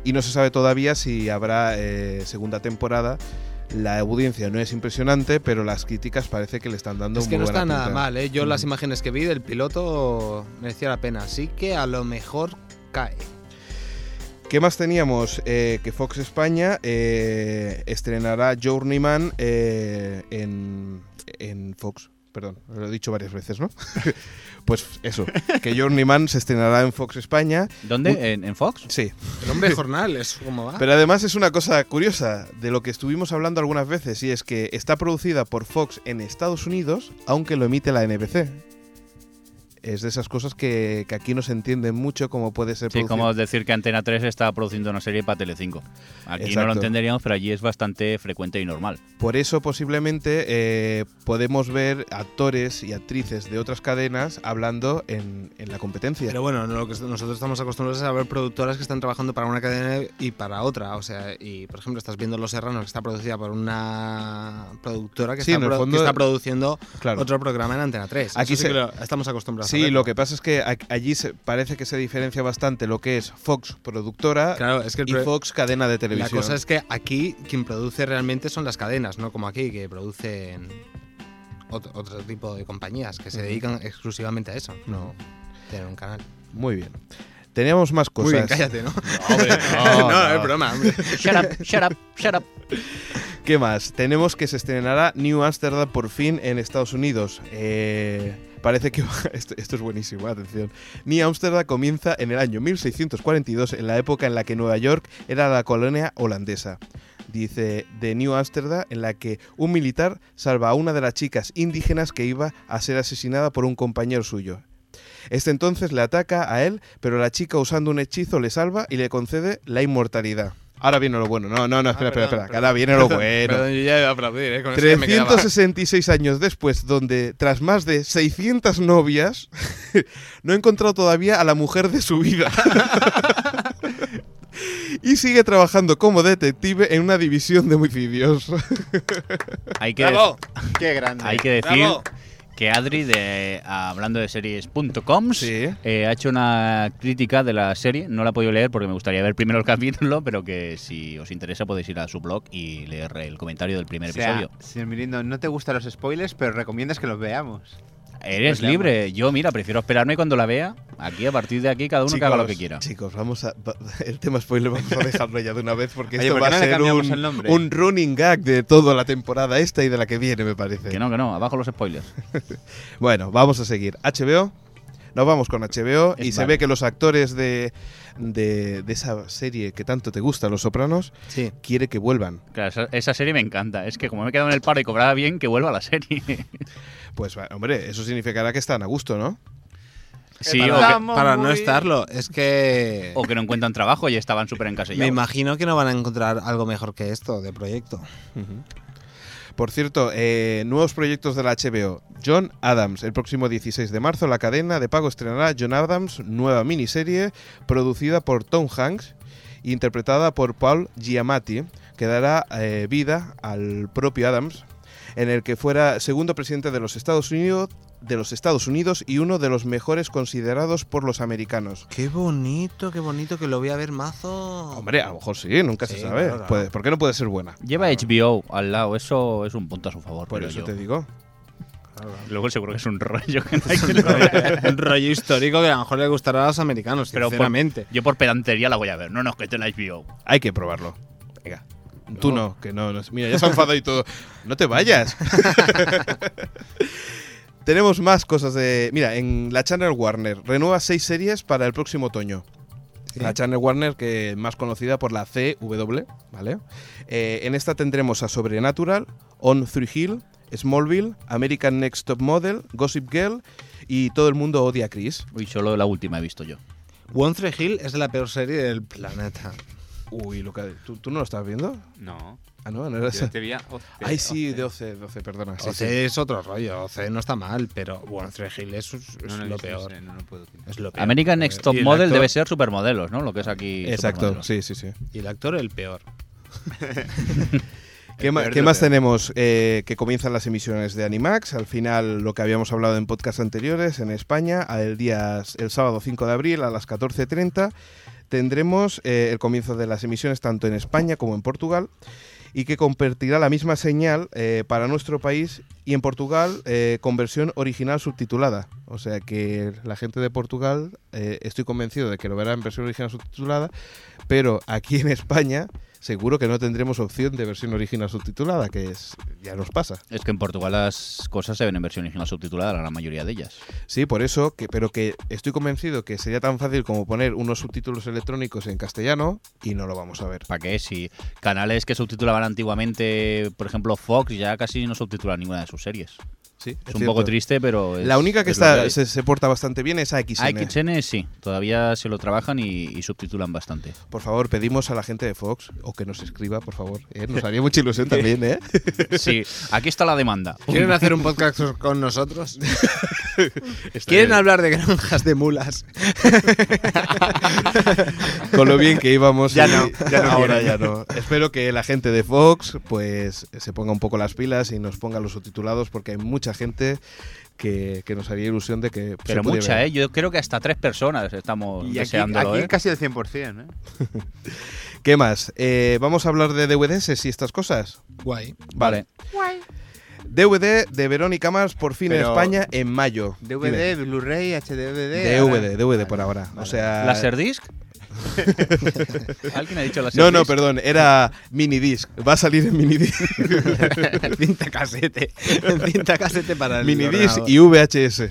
Speaker 2: y no se sabe todavía si habrá eh, segunda temporada. La audiencia no es impresionante, pero las críticas parece que le están dando
Speaker 3: es que
Speaker 2: muy
Speaker 3: no
Speaker 2: buena
Speaker 3: está nada
Speaker 2: pinta. Mm.
Speaker 3: mal, ¿eh? Yo las imágenes que vi del piloto merecía la pena. Así que a lo mejor cae.
Speaker 2: ¿Qué más teníamos? Eh, que Fox España eh, estrenará Journeyman eh, en, en Fox. Perdón, lo he dicho varias veces, ¿no? pues eso, que Journeyman se estrenará en Fox España.
Speaker 4: ¿Dónde? ¿En, en Fox?
Speaker 2: Sí,
Speaker 3: El hombre de jornal, es como
Speaker 4: Ah.
Speaker 3: va.
Speaker 2: pero además es una cosa curiosa de lo que estuvimos hablando algunas veces y es que está producida por Fox en Estados Unidos, aunque lo emite la NBC. Es de esas cosas que, que aquí no se entienden mucho cómo puede ser
Speaker 4: Sí,
Speaker 2: producida.
Speaker 4: como decir que Antena 3 está produciendo una serie para Telecinco. Aquí no
Speaker 2: Exacto.
Speaker 4: lo entenderíamos, pero allí es bastante frecuente y normal.
Speaker 2: Por eso posiblemente eh, podemos ver actores y actrices de otras cadenas hablando en, en la competencia.
Speaker 3: Pero bueno, no, lo que est- nosotros estamos acostumbrados es a ver productoras que están trabajando para una cadena y para otra. O sea, y por ejemplo, estás viendo Los Serranos, que está producida por una productora que,
Speaker 2: Sí, en
Speaker 3: está,
Speaker 2: el
Speaker 3: pro- que
Speaker 2: fondo-
Speaker 3: está produciendo
Speaker 2: claro.
Speaker 3: otro programa en Antena 3.
Speaker 2: Aquí
Speaker 3: Aquí
Speaker 2: se-
Speaker 3: sí que lo- estamos acostumbrados. a
Speaker 2: Sí,
Speaker 3: ver.
Speaker 2: lo que pasa es que a- allí se- parece que se diferencia bastante lo que es Fox productora
Speaker 3: Claro, es que el
Speaker 2: y
Speaker 3: pro-
Speaker 2: Fox cadena de
Speaker 3: la
Speaker 2: televisión.
Speaker 3: cosa es que aquí quien produce realmente son las cadenas, no como aquí, que producen ot- otro tipo de compañías que se dedican exclusivamente a eso, no tener un canal.
Speaker 2: Muy bien. Teníamos más cosas.
Speaker 3: Muy bien, cállate, ¿no?
Speaker 4: no,
Speaker 3: no, eh,
Speaker 4: no.
Speaker 3: es broma, hombre.
Speaker 4: Shut up, shut up, shut up.
Speaker 2: ¿Qué más? Tenemos que se estrenará New Amsterdam por fin en Estados Unidos. Eh, parece que... esto, esto es buenísimo, atención. New Amsterdam comienza en el año 1642, en la época en la que Nueva York era la colonia holandesa. Dice de New Amsterdam, en la que un militar salva a una de las chicas indígenas que iba a ser asesinada por un compañero suyo. Este entonces le ataca a él, pero la chica usando un hechizo le salva y le concede la inmortalidad. Ahora viene lo bueno. No, no, no, espera, espera,
Speaker 3: perdón,
Speaker 2: espera. que
Speaker 3: perdón.
Speaker 2: Ahora viene lo bueno.
Speaker 3: Perdón, yo ya iba a aplaudir, ¿eh? Con eso ya me quedaba.
Speaker 2: 366 años después, donde tras más de 600 novias, no he encontrado todavía a la mujer de su vida. y sigue trabajando como detective en una división de homicidios.
Speaker 4: Hay que,
Speaker 3: ¡Bravo!
Speaker 5: Qué grande.
Speaker 4: hay que decir
Speaker 3: Bravo.
Speaker 4: que Adri, de ah, hablando de series.com,
Speaker 2: Sí.
Speaker 4: eh, ha hecho una crítica de la serie. No la he podido leer porque me gustaría ver primero el capítulo, pero que si os interesa podéis ir a su blog y leer el comentario del primer
Speaker 5: O sea,
Speaker 4: episodio.
Speaker 5: señor Mirindo, no te gustan los spoilers, pero recomiendas que los veamos.
Speaker 4: Eres
Speaker 5: pues leamos.
Speaker 4: libre. Yo, mira, prefiero esperarme cuando la vea. Aquí, a partir de aquí, cada uno que haga lo que quiera.
Speaker 2: Chicos, vamos a. va- El tema spoiler vamos a dejarlo ya de una vez porque
Speaker 5: Oye,
Speaker 2: esto
Speaker 5: ¿por
Speaker 2: va
Speaker 5: qué
Speaker 2: a
Speaker 5: no le
Speaker 2: ser
Speaker 5: cambiamos
Speaker 2: un,
Speaker 5: el nombre?
Speaker 2: un running gag de toda la temporada esta y de la que viene, me parece.
Speaker 4: Que no, que no. Abajo los spoilers.
Speaker 2: Bueno, vamos a seguir. HBO Nos vamos con HBO y
Speaker 4: Es
Speaker 2: se
Speaker 4: vale.
Speaker 2: ve que los actores de, de, de esa serie que tanto te gusta, Los Sopranos,
Speaker 3: Sí.
Speaker 2: quiere que vuelvan.
Speaker 4: Claro, esa, esa serie me encanta. Es que como me he quedado en el paro y cobraba bien, que vuelva a la serie.
Speaker 2: Pues va, hombre, eso significará que están a gusto, ¿no?
Speaker 4: sí, o
Speaker 5: Estamos
Speaker 4: que,
Speaker 3: Para no
Speaker 5: muy-
Speaker 3: estarlo, es que
Speaker 4: o que no encuentran trabajo y estaban súper
Speaker 3: me
Speaker 4: encasillados.
Speaker 3: imagino que no van a encontrar algo mejor que esto de proyecto.
Speaker 2: Por cierto, eh, nuevos proyectos de la HBO. John Adams. El próximo 16 de marzo la cadena de pago estrenará John Adams, nueva miniserie producida por Tom Hanks, interpretada por Paul Giamatti, que dará eh, vida al propio Adams, en el que fuera segundo presidente de los Estados Unidos de los Estados Unidos y uno de los mejores considerados por los americanos.
Speaker 3: Qué bonito, qué bonito que lo voy a ver mazo.
Speaker 2: Hombre, a lo mejor sí, nunca se
Speaker 3: Sí,
Speaker 2: sabe.
Speaker 3: claro, claro.
Speaker 2: Puede- ¿Por qué no puede ser buena?
Speaker 4: Lleva HBO al lado, eso es un punto a su favor.
Speaker 2: Por
Speaker 4: creo
Speaker 2: eso
Speaker 4: yo.
Speaker 2: te digo.
Speaker 4: Luego seguro que es un rollo que no hay que leer.
Speaker 3: un rollo histórico que a lo mejor le gustará a los americanos,
Speaker 4: Pero por-
Speaker 3: sinceramente.
Speaker 4: yo por pedantería la voy a ver. No, no, que te la HBO.
Speaker 2: Hay que probarlo. Venga. Tú no, que no, no- Mira, ya se ha enfadado y todo. No te vayas. Tenemos más cosas de. Mira, en la Channel Warner renueva seis series para el próximo otoño. La Channel Warner, que es más conocida por la CW, ¿vale? Eh, en esta tendremos a Sobrenatural, On Three Hill, Smallville, American Next Top Model, Gossip Girl y Todo el mundo odia a Chris.
Speaker 4: Uy, solo la última he visto yo.
Speaker 3: One Tree Hill es la peor serie del planeta.
Speaker 2: Uy, lo que- ¿tú, tú no lo estás viendo?
Speaker 5: No.
Speaker 2: Ah, no, no era
Speaker 5: Yo
Speaker 2: esa.
Speaker 5: te vi a-
Speaker 2: Ay, sí, de 12, 12, perdona. sí,
Speaker 3: OC
Speaker 2: sí.
Speaker 3: es otro rollo, OC no está mal, pero One Tree Hill es, es
Speaker 5: No, no he
Speaker 3: lo
Speaker 5: visto,
Speaker 3: peor.
Speaker 5: no sé, no, no puedo opinar.
Speaker 3: Es lo peor.
Speaker 4: American Next Top
Speaker 3: eh, Y el
Speaker 4: Model
Speaker 3: actor-
Speaker 4: debe ser supermodelos, ¿no? Lo que es aquí.
Speaker 2: Exacto,
Speaker 4: supermodelos.
Speaker 2: sí, sí, sí.
Speaker 3: Y el actor el peor.
Speaker 2: ¿Qué, ma-
Speaker 5: peor
Speaker 2: qué
Speaker 5: de lo
Speaker 2: más
Speaker 5: peor.
Speaker 2: tenemos? Eh, que comienzan las emisiones de Animax. Al final, lo que habíamos hablado en podcast anteriores, en España, al día, el sábado 5 de abril a las 14.30, tendremos eh, el comienzo de las emisiones tanto en España como en Portugal y que convertirá la misma señal eh, para nuestro país y en Portugal eh, con versión original subtitulada. O sea que la gente de Portugal, eh, estoy convencido de que lo verá en versión original subtitulada, pero aquí en España seguro que no tendremos opción de versión original subtitulada, que es ya nos pasa.
Speaker 4: Es que en Portugal las cosas se ven en versión original subtitulada, la gran mayoría de ellas.
Speaker 2: Sí, por eso, que, pero que estoy convencido que sería tan fácil como poner unos subtítulos electrónicos en castellano y no lo vamos a ver.
Speaker 4: ¿Para qué? Si canales que subtitulaban antiguamente, por ejemplo, Fox ya casi no subtitula ninguna de sus series.
Speaker 2: Sí,
Speaker 4: Es, un poco triste, pero. es-
Speaker 2: La única que
Speaker 4: es lo
Speaker 2: está,
Speaker 4: hay.
Speaker 2: se, se porta bastante bien es AXN.
Speaker 4: AXN E, sí, todavía se lo trabajan y, y subtitulan bastante.
Speaker 2: Por favor, pedimos a la gente de Fox o que nos escriba, por favor. ¿eh? Nos haría mucha ilusión también, ¿eh?
Speaker 4: Sí, aquí está la demanda.
Speaker 3: ¿Quieren hacer un podcast con nosotros?
Speaker 2: bien.
Speaker 3: ¿Quieren hablar de granjas de mulas?
Speaker 2: Con lo bien que íbamos.
Speaker 5: Ya
Speaker 2: y-
Speaker 5: no, ya no
Speaker 2: ahora
Speaker 5: quieren.
Speaker 2: ya no. Espero que la gente de Fox pues se ponga un poco las pilas y nos ponga los subtitulados porque hay mucha gente que, que nos haría ilusión de que.
Speaker 4: Pero mucha, ¿eh? Yo creo que hasta tres personas estamos
Speaker 5: Y aquí,
Speaker 4: deseándolo,
Speaker 5: aquí
Speaker 4: ¿eh?
Speaker 5: casi el 100%, ¿eh?
Speaker 2: ¿Qué más? Eh, Vamos a hablar de DVDs y estas cosas.
Speaker 3: Guay.
Speaker 4: Vale.
Speaker 2: DVD de Verónica Mars por fin en
Speaker 5: Pero-
Speaker 2: España en mayo.
Speaker 5: DVD, Blu-ray, HDVD.
Speaker 2: DVD,
Speaker 5: ahora-
Speaker 2: DVD por ahora. O sea.
Speaker 4: ¿Laserdisc? ¿Alguien ha dicho Laserdisc?
Speaker 2: No, no, perdón, era minidisc. Va a salir en minidisc.
Speaker 3: Cinta casete. Cinta
Speaker 5: este
Speaker 3: casete para el
Speaker 2: minidisc
Speaker 3: ordenador.
Speaker 2: y VHS.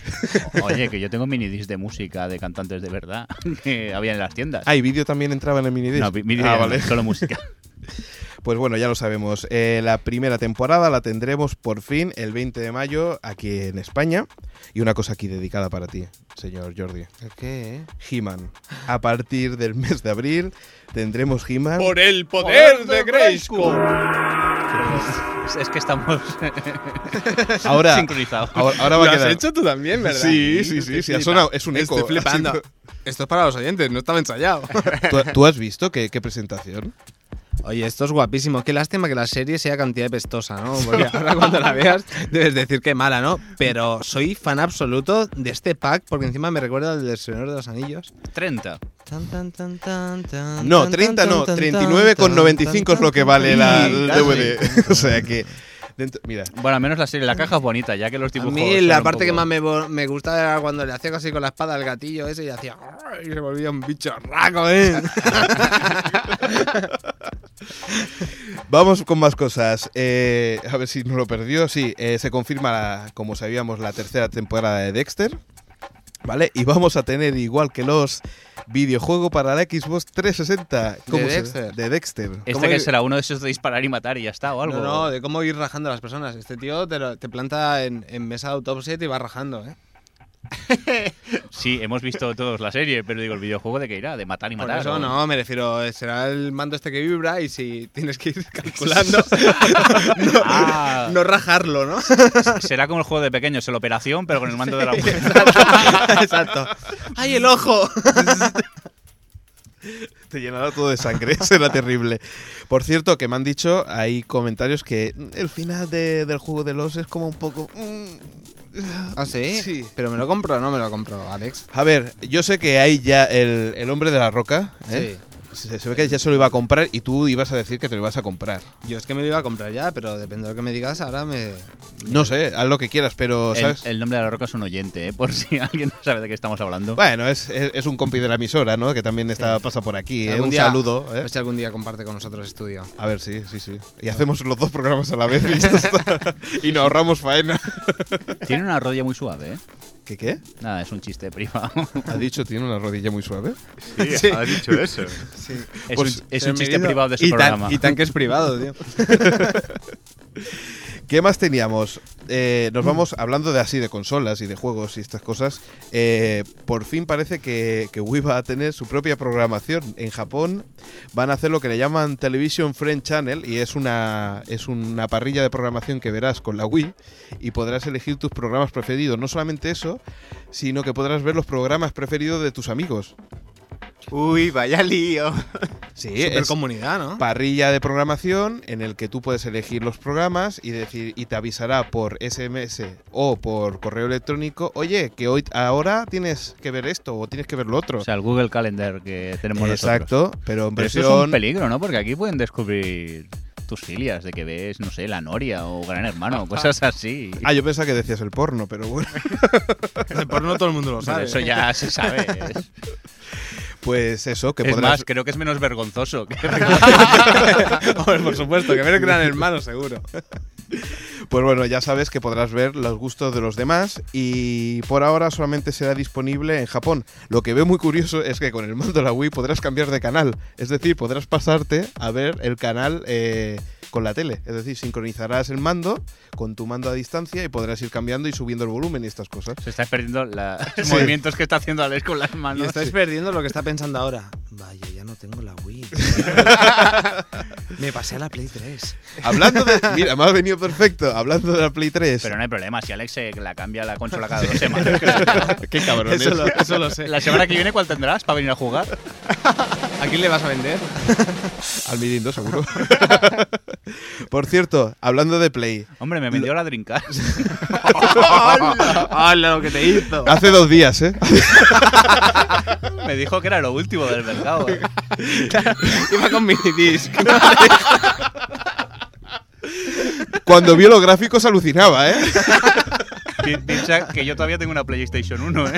Speaker 4: Oye, que yo tengo minidisc de música de cantantes de verdad que había en las tiendas.
Speaker 2: Ah, y vídeo también entraba en el minidisc.
Speaker 4: no, vi- vídeo
Speaker 2: ah,
Speaker 4: no,
Speaker 2: vale.
Speaker 4: solo música.
Speaker 2: Pues bueno, ya lo sabemos. Eh, la primera temporada la tendremos por fin el 20 de mayo aquí en España. Y una cosa aquí dedicada para ti, señor Jordi.
Speaker 3: ¿Qué? eh?
Speaker 2: He-Man. A partir del mes de abril tendremos He-Man.
Speaker 3: el
Speaker 4: poder de Grayskull. es que estamos
Speaker 2: Ahora,
Speaker 4: sincronizados.
Speaker 2: ahora, ahora va a quedar.
Speaker 3: tú también,
Speaker 2: Sí, sí, sí, sí, ha sonado, es un eco.
Speaker 3: Estoy flipando.
Speaker 2: Así
Speaker 3: Esto es para los oyentes, no estaba ensayado.
Speaker 2: que- ¿Tú, tú has visto qué, qué presentación?
Speaker 3: Oye, esto es guapísimo. Qué lástima que la serie sea cantidad pestosa, ¿no? Porque ahora cuando la veas debes decir que mala, ¿no? Pero soy fan absoluto de este pack porque encima me recuerda al del Señor de los Anillos.
Speaker 4: 30.
Speaker 3: Tan, tan, tan, tan, tan,
Speaker 2: No,
Speaker 3: tan,
Speaker 2: 30
Speaker 3: tan,
Speaker 2: no,
Speaker 3: tan, tan,
Speaker 2: 39,95
Speaker 3: tan,
Speaker 2: es lo que
Speaker 3: tan,
Speaker 2: vale
Speaker 3: tan,
Speaker 2: la,
Speaker 3: tan,
Speaker 2: el
Speaker 3: tan,
Speaker 2: DVD. O sea que. dentro- mira,
Speaker 4: Bueno, al menos la serie, la caja es bonita, ya que los
Speaker 3: A
Speaker 4: dibujos.
Speaker 3: mí
Speaker 4: son
Speaker 3: la
Speaker 4: un
Speaker 3: parte que
Speaker 4: poco-
Speaker 3: más me, bo- me gustaba era cuando le hacía casi con la espada al gatillo ese y hacía "Arr", y se volvía un bicho raco, ¿eh?
Speaker 2: vamos con más cosas. Eh, a ver si no lo perdió. Sí, eh, se confirma, la- como sabíamos, la tercera temporada de Dexter. ¿Vale? Y vamos a tener, igual que los videojuegos para la Xbox 360.
Speaker 3: De
Speaker 2: se-
Speaker 3: Dexter.
Speaker 2: De Dexter. ¿Cómo
Speaker 4: Este que
Speaker 2: es?
Speaker 4: será uno de esos de disparar y matar y ya está o algo.
Speaker 3: No, no, de cómo ir rajando a las personas. Este tío te, lo- te planta en, en mesa de autopsia y te va rajando, ¿eh?
Speaker 4: Sí, hemos visto todos la serie, pero digo, el videojuego de qué irá, de matar y
Speaker 3: Por
Speaker 4: matar.
Speaker 3: eso
Speaker 4: o-
Speaker 3: no, me refiero, eh, será el mando este que vibra y si tienes que ir calculando,
Speaker 4: Ah,
Speaker 3: no rajarlo, ¿no?
Speaker 4: será como el juego de pequeños, el operación, pero con el mando de la
Speaker 3: Exacto. ¡Ay, el ojo!
Speaker 2: Te llenará todo de sangre, será terrible. Por cierto, que me han dicho, hay comentarios que "Mm, el final de- del juego de los es como un poco... mm,
Speaker 3: ¿Ah, sí?
Speaker 2: Sí.
Speaker 3: Pero me lo compro o no me lo compro, Alex.
Speaker 2: A ver, yo sé que hay ya el, el hombre de la roca, ¿eh? Se, se ve que ya se lo iba a comprar y tú ibas a decir que te lo ibas a comprar.
Speaker 3: Yo es que me lo iba a comprar ya, pero depende de lo que me digas, ahora me.
Speaker 2: No sé, haz lo que quieras, pero,
Speaker 4: el,
Speaker 2: ¿sabes?
Speaker 4: el nombre de la roca es un oyente, ¿eh? por si alguien no sabe de qué estamos hablando.
Speaker 2: Bueno, es, es- es un compi de la emisora, ¿no? Que también está, pasa por aquí, ¿eh?
Speaker 3: Algún
Speaker 2: Un
Speaker 3: día- pues
Speaker 2: saludo,
Speaker 3: A
Speaker 2: ¿eh?
Speaker 3: ver si algún día comparte con nosotros estudio.
Speaker 2: A ver, sí, sí, sí. Y hacemos los dos programas a la vez y, ya está. Y nos ahorramos faena.
Speaker 4: Tiene una rodilla muy suave, ¿eh?
Speaker 2: ¿Qué qué?
Speaker 4: Nada, es un chiste privado.
Speaker 2: ¿Ha dicho tiene una rodilla muy suave?
Speaker 5: Sí, ha dicho eso.
Speaker 4: Es
Speaker 2: Pues,
Speaker 4: un, es un
Speaker 3: Pero
Speaker 4: chiste
Speaker 3: medido-
Speaker 4: privado de su
Speaker 3: y tan-
Speaker 4: programa.
Speaker 3: y tanque es privado, tío.
Speaker 2: ¿Qué más teníamos? Eh, nos vamos hablando de así, de consolas y de juegos y estas cosas. Eh, por fin parece que, que Wii va a tener su propia programación. En Japón van a hacer lo que le llaman Television Friend Channel y es una, es una parrilla de programación que verás con la Wii y podrás elegir tus programas preferidos. No solamente eso, sino que podrás ver los programas preferidos de tus amigos.
Speaker 5: Uy, vaya lío.
Speaker 2: Sí,
Speaker 3: es comunidad, ¿no?
Speaker 2: parrilla de programación en el que tú puedes elegir los programas y decir y te avisará por SMS o por correo electrónico, oye, que hoy ahora tienes que ver esto o tienes que ver lo otro.
Speaker 4: O sea, el Google Calendar que tenemos nosotros.
Speaker 2: Exacto, pero en
Speaker 4: Pero eso es un
Speaker 2: versión
Speaker 4: peligro, ¿no? Porque aquí pueden descubrir tus filias de que ves, no sé, la Noria o Gran Hermano, cosas así.
Speaker 2: Ah, yo pensaba que decías el porno, pero bueno.
Speaker 3: El porno todo el mundo lo
Speaker 4: Pero
Speaker 3: sabe.
Speaker 4: eso ya se sabe. Es,
Speaker 2: Pues eso, que
Speaker 4: es
Speaker 2: podrás
Speaker 4: más, creo que es menos vergonzoso. que-
Speaker 3: Hombre, por supuesto, que ver Gran Hermano, seguro.
Speaker 2: Pues bueno, ya sabes que podrás ver los gustos de los demás y por ahora solamente será disponible en Japón. Lo que veo muy curioso es que con el mando de la Wii podrás cambiar de canal, es decir, podrás pasarte a ver el canal eh, con la tele, es decir, sincronizarás el mando con tu mando a distancia y podrás ir cambiando y subiendo el volumen y estas cosas.
Speaker 4: Se está perdiendo la- los movimientos que está haciendo Alex con las
Speaker 3: Y
Speaker 4: manos.
Speaker 3: estáis perdiendo lo que está pensando ahora. Vaya, ya no tengo la Wii. Me pasé a la Play 3.
Speaker 2: Hablando de... Mira, me ha venido perfecto, hablando de la Play 3.
Speaker 4: Pero no hay problema, si Alex se la cambia la consola cada dos semanas. Qué cabrón.
Speaker 3: Eso lo, eso lo sé.
Speaker 4: La semana que viene, ¿cuál tendrás para venir a jugar?
Speaker 3: ¿A quién le vas a vender?
Speaker 2: Al Mirindo, seguro. por cierto, hablando de Play.
Speaker 4: Hombre, me vendió la Dreamcast.
Speaker 5: ¡Hala lo que te hizo!
Speaker 2: Hace dos días, ¿eh?
Speaker 4: me dijo que era lo último del mercado. ¿eh?
Speaker 3: Iba con minidisc.
Speaker 2: Cuando vio los gráficos alucinaba, ¿eh?
Speaker 4: Pi- Piensa que yo todavía tengo una PlayStation 1, ¿eh?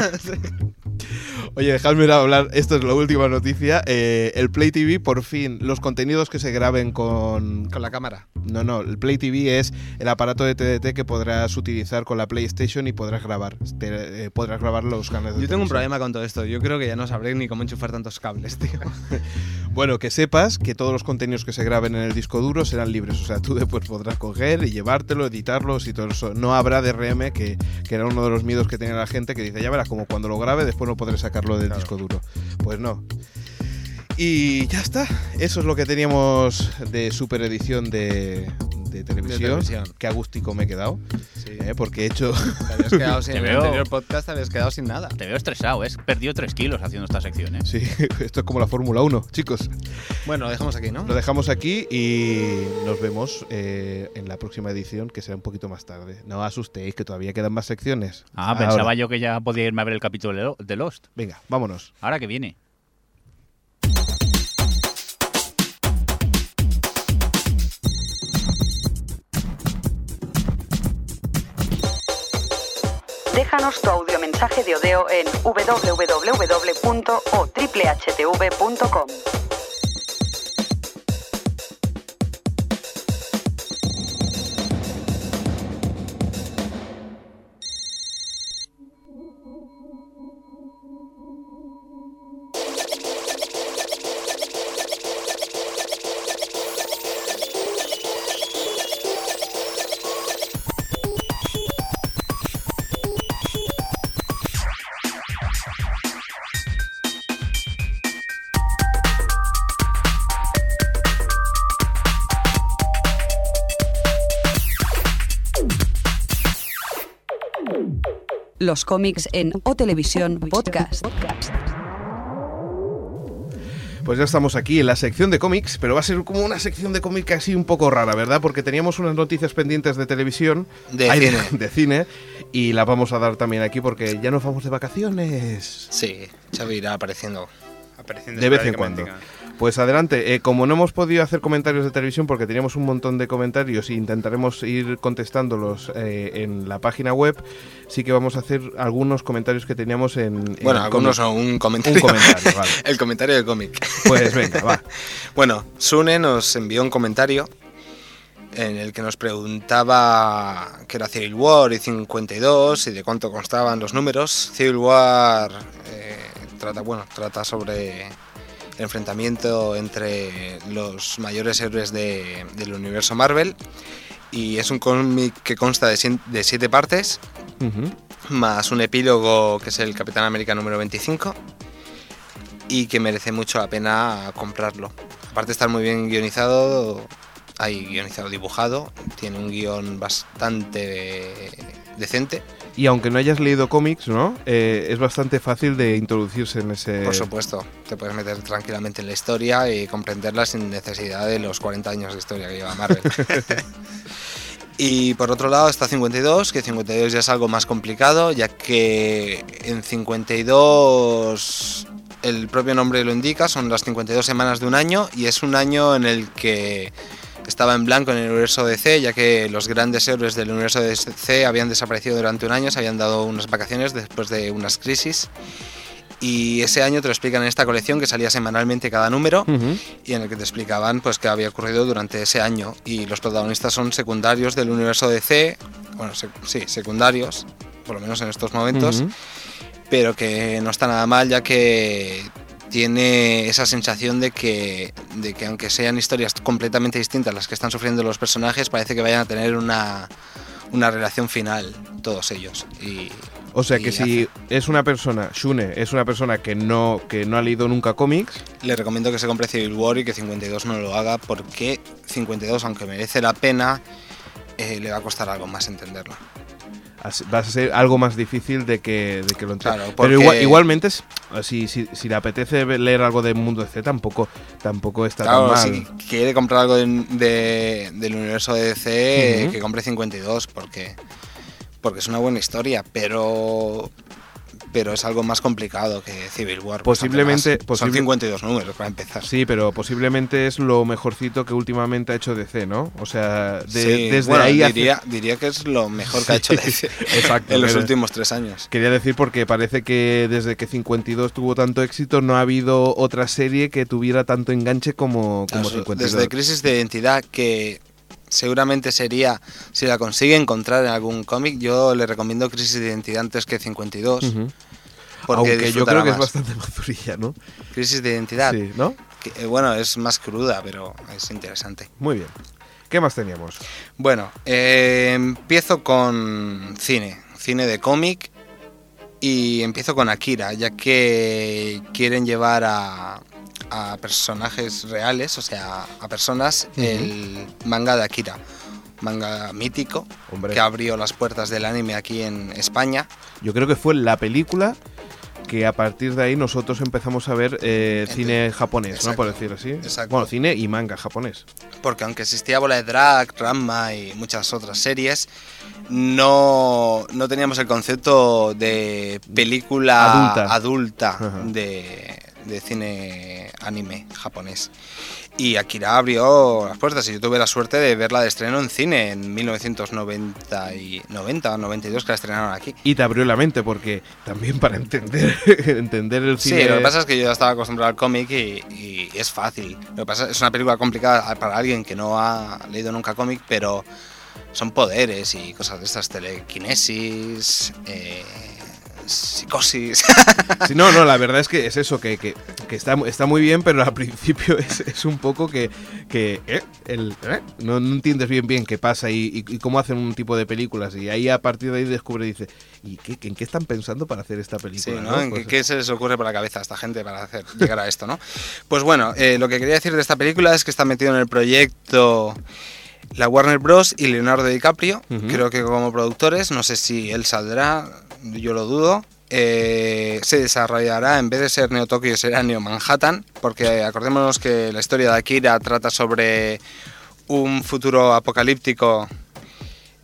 Speaker 2: Oye, dejadme ir a hablar. Esto es la última noticia. Eh, el Play TV, por fin, los contenidos que se graben con.
Speaker 3: Con la cámara.
Speaker 2: No, no, el Play TV es el aparato de TDT que podrás utilizar con la PlayStation y podrás grabar. Te- eh, podrás grabar los canales de
Speaker 3: Yo tengo un
Speaker 2: televisión.
Speaker 3: problema con todo esto. Yo creo que ya no sabré ni cómo enchufar tantos cables, tío.
Speaker 2: Bueno, que sepas que todos los contenidos que se graben en el disco duro serán libres. O sea, tú después podrás coger y llevártelo, editarlos y todo eso. No habrá DRM, que, que era uno de los miedos que tenía la gente, que dice, ya verás, como cuando lo grabe, después no podré sacarlo del disco duro. Pues no. Y ya está. Eso es lo que teníamos de super edición de, de televisión.
Speaker 3: televisión.
Speaker 2: Qué agustico me he quedado.
Speaker 3: Sí.
Speaker 2: eh, porque he hecho...
Speaker 3: Te habías quedado sin
Speaker 4: Te
Speaker 3: en el
Speaker 4: veo-
Speaker 3: anterior podcast, te habías quedado sin nada.
Speaker 4: Te veo estresado, ¿eh? Perdió 3 kilos haciendo esta sección, ¿eh?
Speaker 2: sí, esto es como la Fórmula 1, chicos.
Speaker 3: Bueno, lo dejamos aquí, ¿no?
Speaker 2: Lo dejamos aquí y nos vemos eh, en la próxima edición, que será un poquito más tarde. No os asustéis, que todavía quedan más secciones.
Speaker 4: Ah, pensaba
Speaker 2: Ahora.
Speaker 4: yo que ya podía irme a ver el capítulo de Lo- de Lost.
Speaker 2: Venga, vámonos.
Speaker 4: Ahora que viene.
Speaker 1: Déjanos tu audiomensaje de Odeo en www.otriplehtv.com. Los cómics en O Televisión Podcast.
Speaker 2: Pues ya estamos aquí en la sección de cómics, pero va a ser como una sección de cómics así un poco rara, ¿verdad? Porque teníamos unas noticias pendientes de televisión,
Speaker 3: De
Speaker 2: ay,
Speaker 3: cine.
Speaker 2: de cine, y las vamos a dar también aquí porque ya nos vamos de vacaciones.
Speaker 3: Sí, Xavi irá apareciendo.
Speaker 6: Apareciendo
Speaker 2: De vez en cuando. Pues adelante, Eh, como no hemos podido hacer comentarios de televisión porque teníamos un montón de comentarios e intentaremos ir contestándolos eh, en la página web, sí que vamos a hacer algunos comentarios que teníamos en... en
Speaker 3: Bueno,
Speaker 2: el
Speaker 3: algunos
Speaker 2: cómic.
Speaker 3: son un
Speaker 2: Un
Speaker 3: comentario.
Speaker 2: comentario, vale.
Speaker 3: El comentario del cómic.
Speaker 2: Pues venga, va.
Speaker 3: Bueno, Sune nos envió un comentario en el que nos preguntaba qué era Civil War y 52 y de cuánto constaban los números. Civil War eh, trata, bueno, trata sobre el enfrentamiento entre los mayores héroes de- del universo Marvel y es un cómic que consta de, cien- de siete partes
Speaker 2: Ujú.
Speaker 3: más un epílogo que es el Capitán América número 25 y que merece mucho la pena comprarlo. Aparte de estar muy bien guionizado, hay guionizado dibujado, tiene un guión bastante decente,
Speaker 2: Y aunque no hayas leído cómics, ¿no? Eh, es bastante fácil de introducirse en ese...
Speaker 3: por supuesto. Te puedes meter tranquilamente en la historia y comprenderla sin necesidad de los 40 años de historia que lleva Marvel. Y por otro lado está 52, que 52 ya es algo más complicado, ya que en 52 el propio nombre lo indica, son las 52 semanas de un año y es un año en el que estaba en blanco en el universo DC, ya que los grandes héroes del universo DC habían desaparecido durante un año, se habían dado unas vacaciones después de unas crisis. Y ese año te lo explican en esta colección que salía semanalmente cada número
Speaker 2: Ujú.
Speaker 3: y en el que te explicaban pues qué había ocurrido durante ese año y los protagonistas son secundarios del universo DC, bueno, sec- sí, secundarios, por lo menos en estos momentos,
Speaker 2: Ujú.
Speaker 3: pero que no está nada mal ya que tiene esa sensación de que, de que aunque sean historias completamente distintas las que están sufriendo los personajes, parece que vayan a tener una, una relación final todos ellos. Y,
Speaker 2: O sea
Speaker 3: y
Speaker 2: que si es una persona, Shune, es una persona que no, que no ha leído nunca cómics,
Speaker 3: Le recomiendo que se compre Civil War y que 52 no lo haga porque 52, aunque merece la pena, eh, le va a costar algo más entenderlo.
Speaker 2: as- vas a ser algo más difícil de que, de que lo entiendas.
Speaker 3: Claro,
Speaker 2: Pero
Speaker 3: porque-
Speaker 2: igua- igualmente, es- si, si, si le apetece ve- leer algo de Mundo C, tampoco, tampoco está
Speaker 3: Claro,
Speaker 2: tan mal.
Speaker 3: si quiere comprar algo de- de- del universo de DC,
Speaker 2: Ujú.
Speaker 3: que compre 52 porque, porque es una buena historia, pero... Pero es algo más complicado que Civil War. bastante
Speaker 2: Posiblemente-
Speaker 3: más. Son
Speaker 2: posible-
Speaker 3: 52 números para empezar.
Speaker 2: Sí, pero posiblemente es lo mejorcito que últimamente ha hecho DC, ¿no? O sea, de-
Speaker 3: Sí,
Speaker 2: desde
Speaker 3: bueno,
Speaker 2: ahí hace-
Speaker 3: diría, diría que es lo mejor que ha hecho DC
Speaker 2: Exacto,
Speaker 3: en los
Speaker 2: pero-
Speaker 3: últimos tres años.
Speaker 2: Quería decir porque parece que desde que 52 tuvo tanto éxito no ha habido otra serie que tuviera tanto enganche como, como
Speaker 3: Claro,
Speaker 2: 52.
Speaker 3: Desde Crisis de Identidad, que seguramente sería, si la consigue encontrar en algún cómic, yo le recomiendo Crisis de Identidad antes que 52.
Speaker 2: Ujú.
Speaker 3: Porque
Speaker 2: Aunque yo creo que es
Speaker 3: bastante...
Speaker 2: bastante mazurilla, ¿no?
Speaker 3: Crisis de Identidad,
Speaker 2: Sí, ¿no?
Speaker 3: que, eh, bueno, es más cruda, pero es interesante.
Speaker 2: Muy bien. ¿Qué más teníamos?
Speaker 3: Bueno, eh, empiezo con cine, cine de cómic. Y empiezo con Akira, ya que quieren llevar a, a personajes reales, o sea, a personas, el manga de Akira. Manga mítico
Speaker 2: Hombre,
Speaker 3: que abrió las puertas del anime aquí en España.
Speaker 2: yo creo que fue la película que a partir de ahí nosotros empezamos a ver eh,
Speaker 3: Ente-
Speaker 2: cine japonés, ¿no? Por
Speaker 3: Exacto,
Speaker 2: decir así.
Speaker 3: exacto.
Speaker 2: Bueno, cine y manga japonés.
Speaker 3: porque aunque existía Bola de Drag, Ranma y muchas otras series, no, no teníamos el concepto de película
Speaker 2: Adulta.
Speaker 3: adulta,
Speaker 2: Ajá.
Speaker 3: de, de cine anime japonés. Y Akira abrió las puertas y yo tuve la suerte de verla de estreno en cine en 1990 y 90, 92 que la estrenaron aquí.
Speaker 2: Y te abrió la mente porque también para entender, entender el
Speaker 3: Sí,
Speaker 2: cine...
Speaker 3: lo que pasa es que yo ya estaba acostumbrado al cómic y, y es fácil. Lo que pasa es una película complicada para alguien que no ha leído nunca cómic, pero son poderes y cosas de estas, telequinesis, eh, psicosis.
Speaker 2: Sí, no, no, la verdad es que es eso, que, que- que está, está muy bien, pero al principio es, es un poco que, que, eh, el, eh, no, no entiendes bien bien qué pasa y, y- y cómo hacen un tipo de películas. Y ahí a partir de ahí descubre y dice, ¿y qué, qué- en qué están pensando para hacer esta
Speaker 3: Sí,
Speaker 2: película?
Speaker 3: ¿no? ¿En
Speaker 2: Pues-
Speaker 3: ¿Qué, qué se les ocurre por la cabeza a esta gente para hacer llegar a esto, no? Pues bueno, eh, lo que quería decir de esta película es que está metido en el proyecto la Warner Bros. y Leonardo DiCaprio,
Speaker 2: Ujú.
Speaker 3: creo que como productores, no sé si él saldrá, yo lo dudo. eh, se desarrollará, en vez de ser Neo Tokio, será Neo Manhattan, porque acordémonos que la historia de Akira trata sobre un futuro apocalíptico.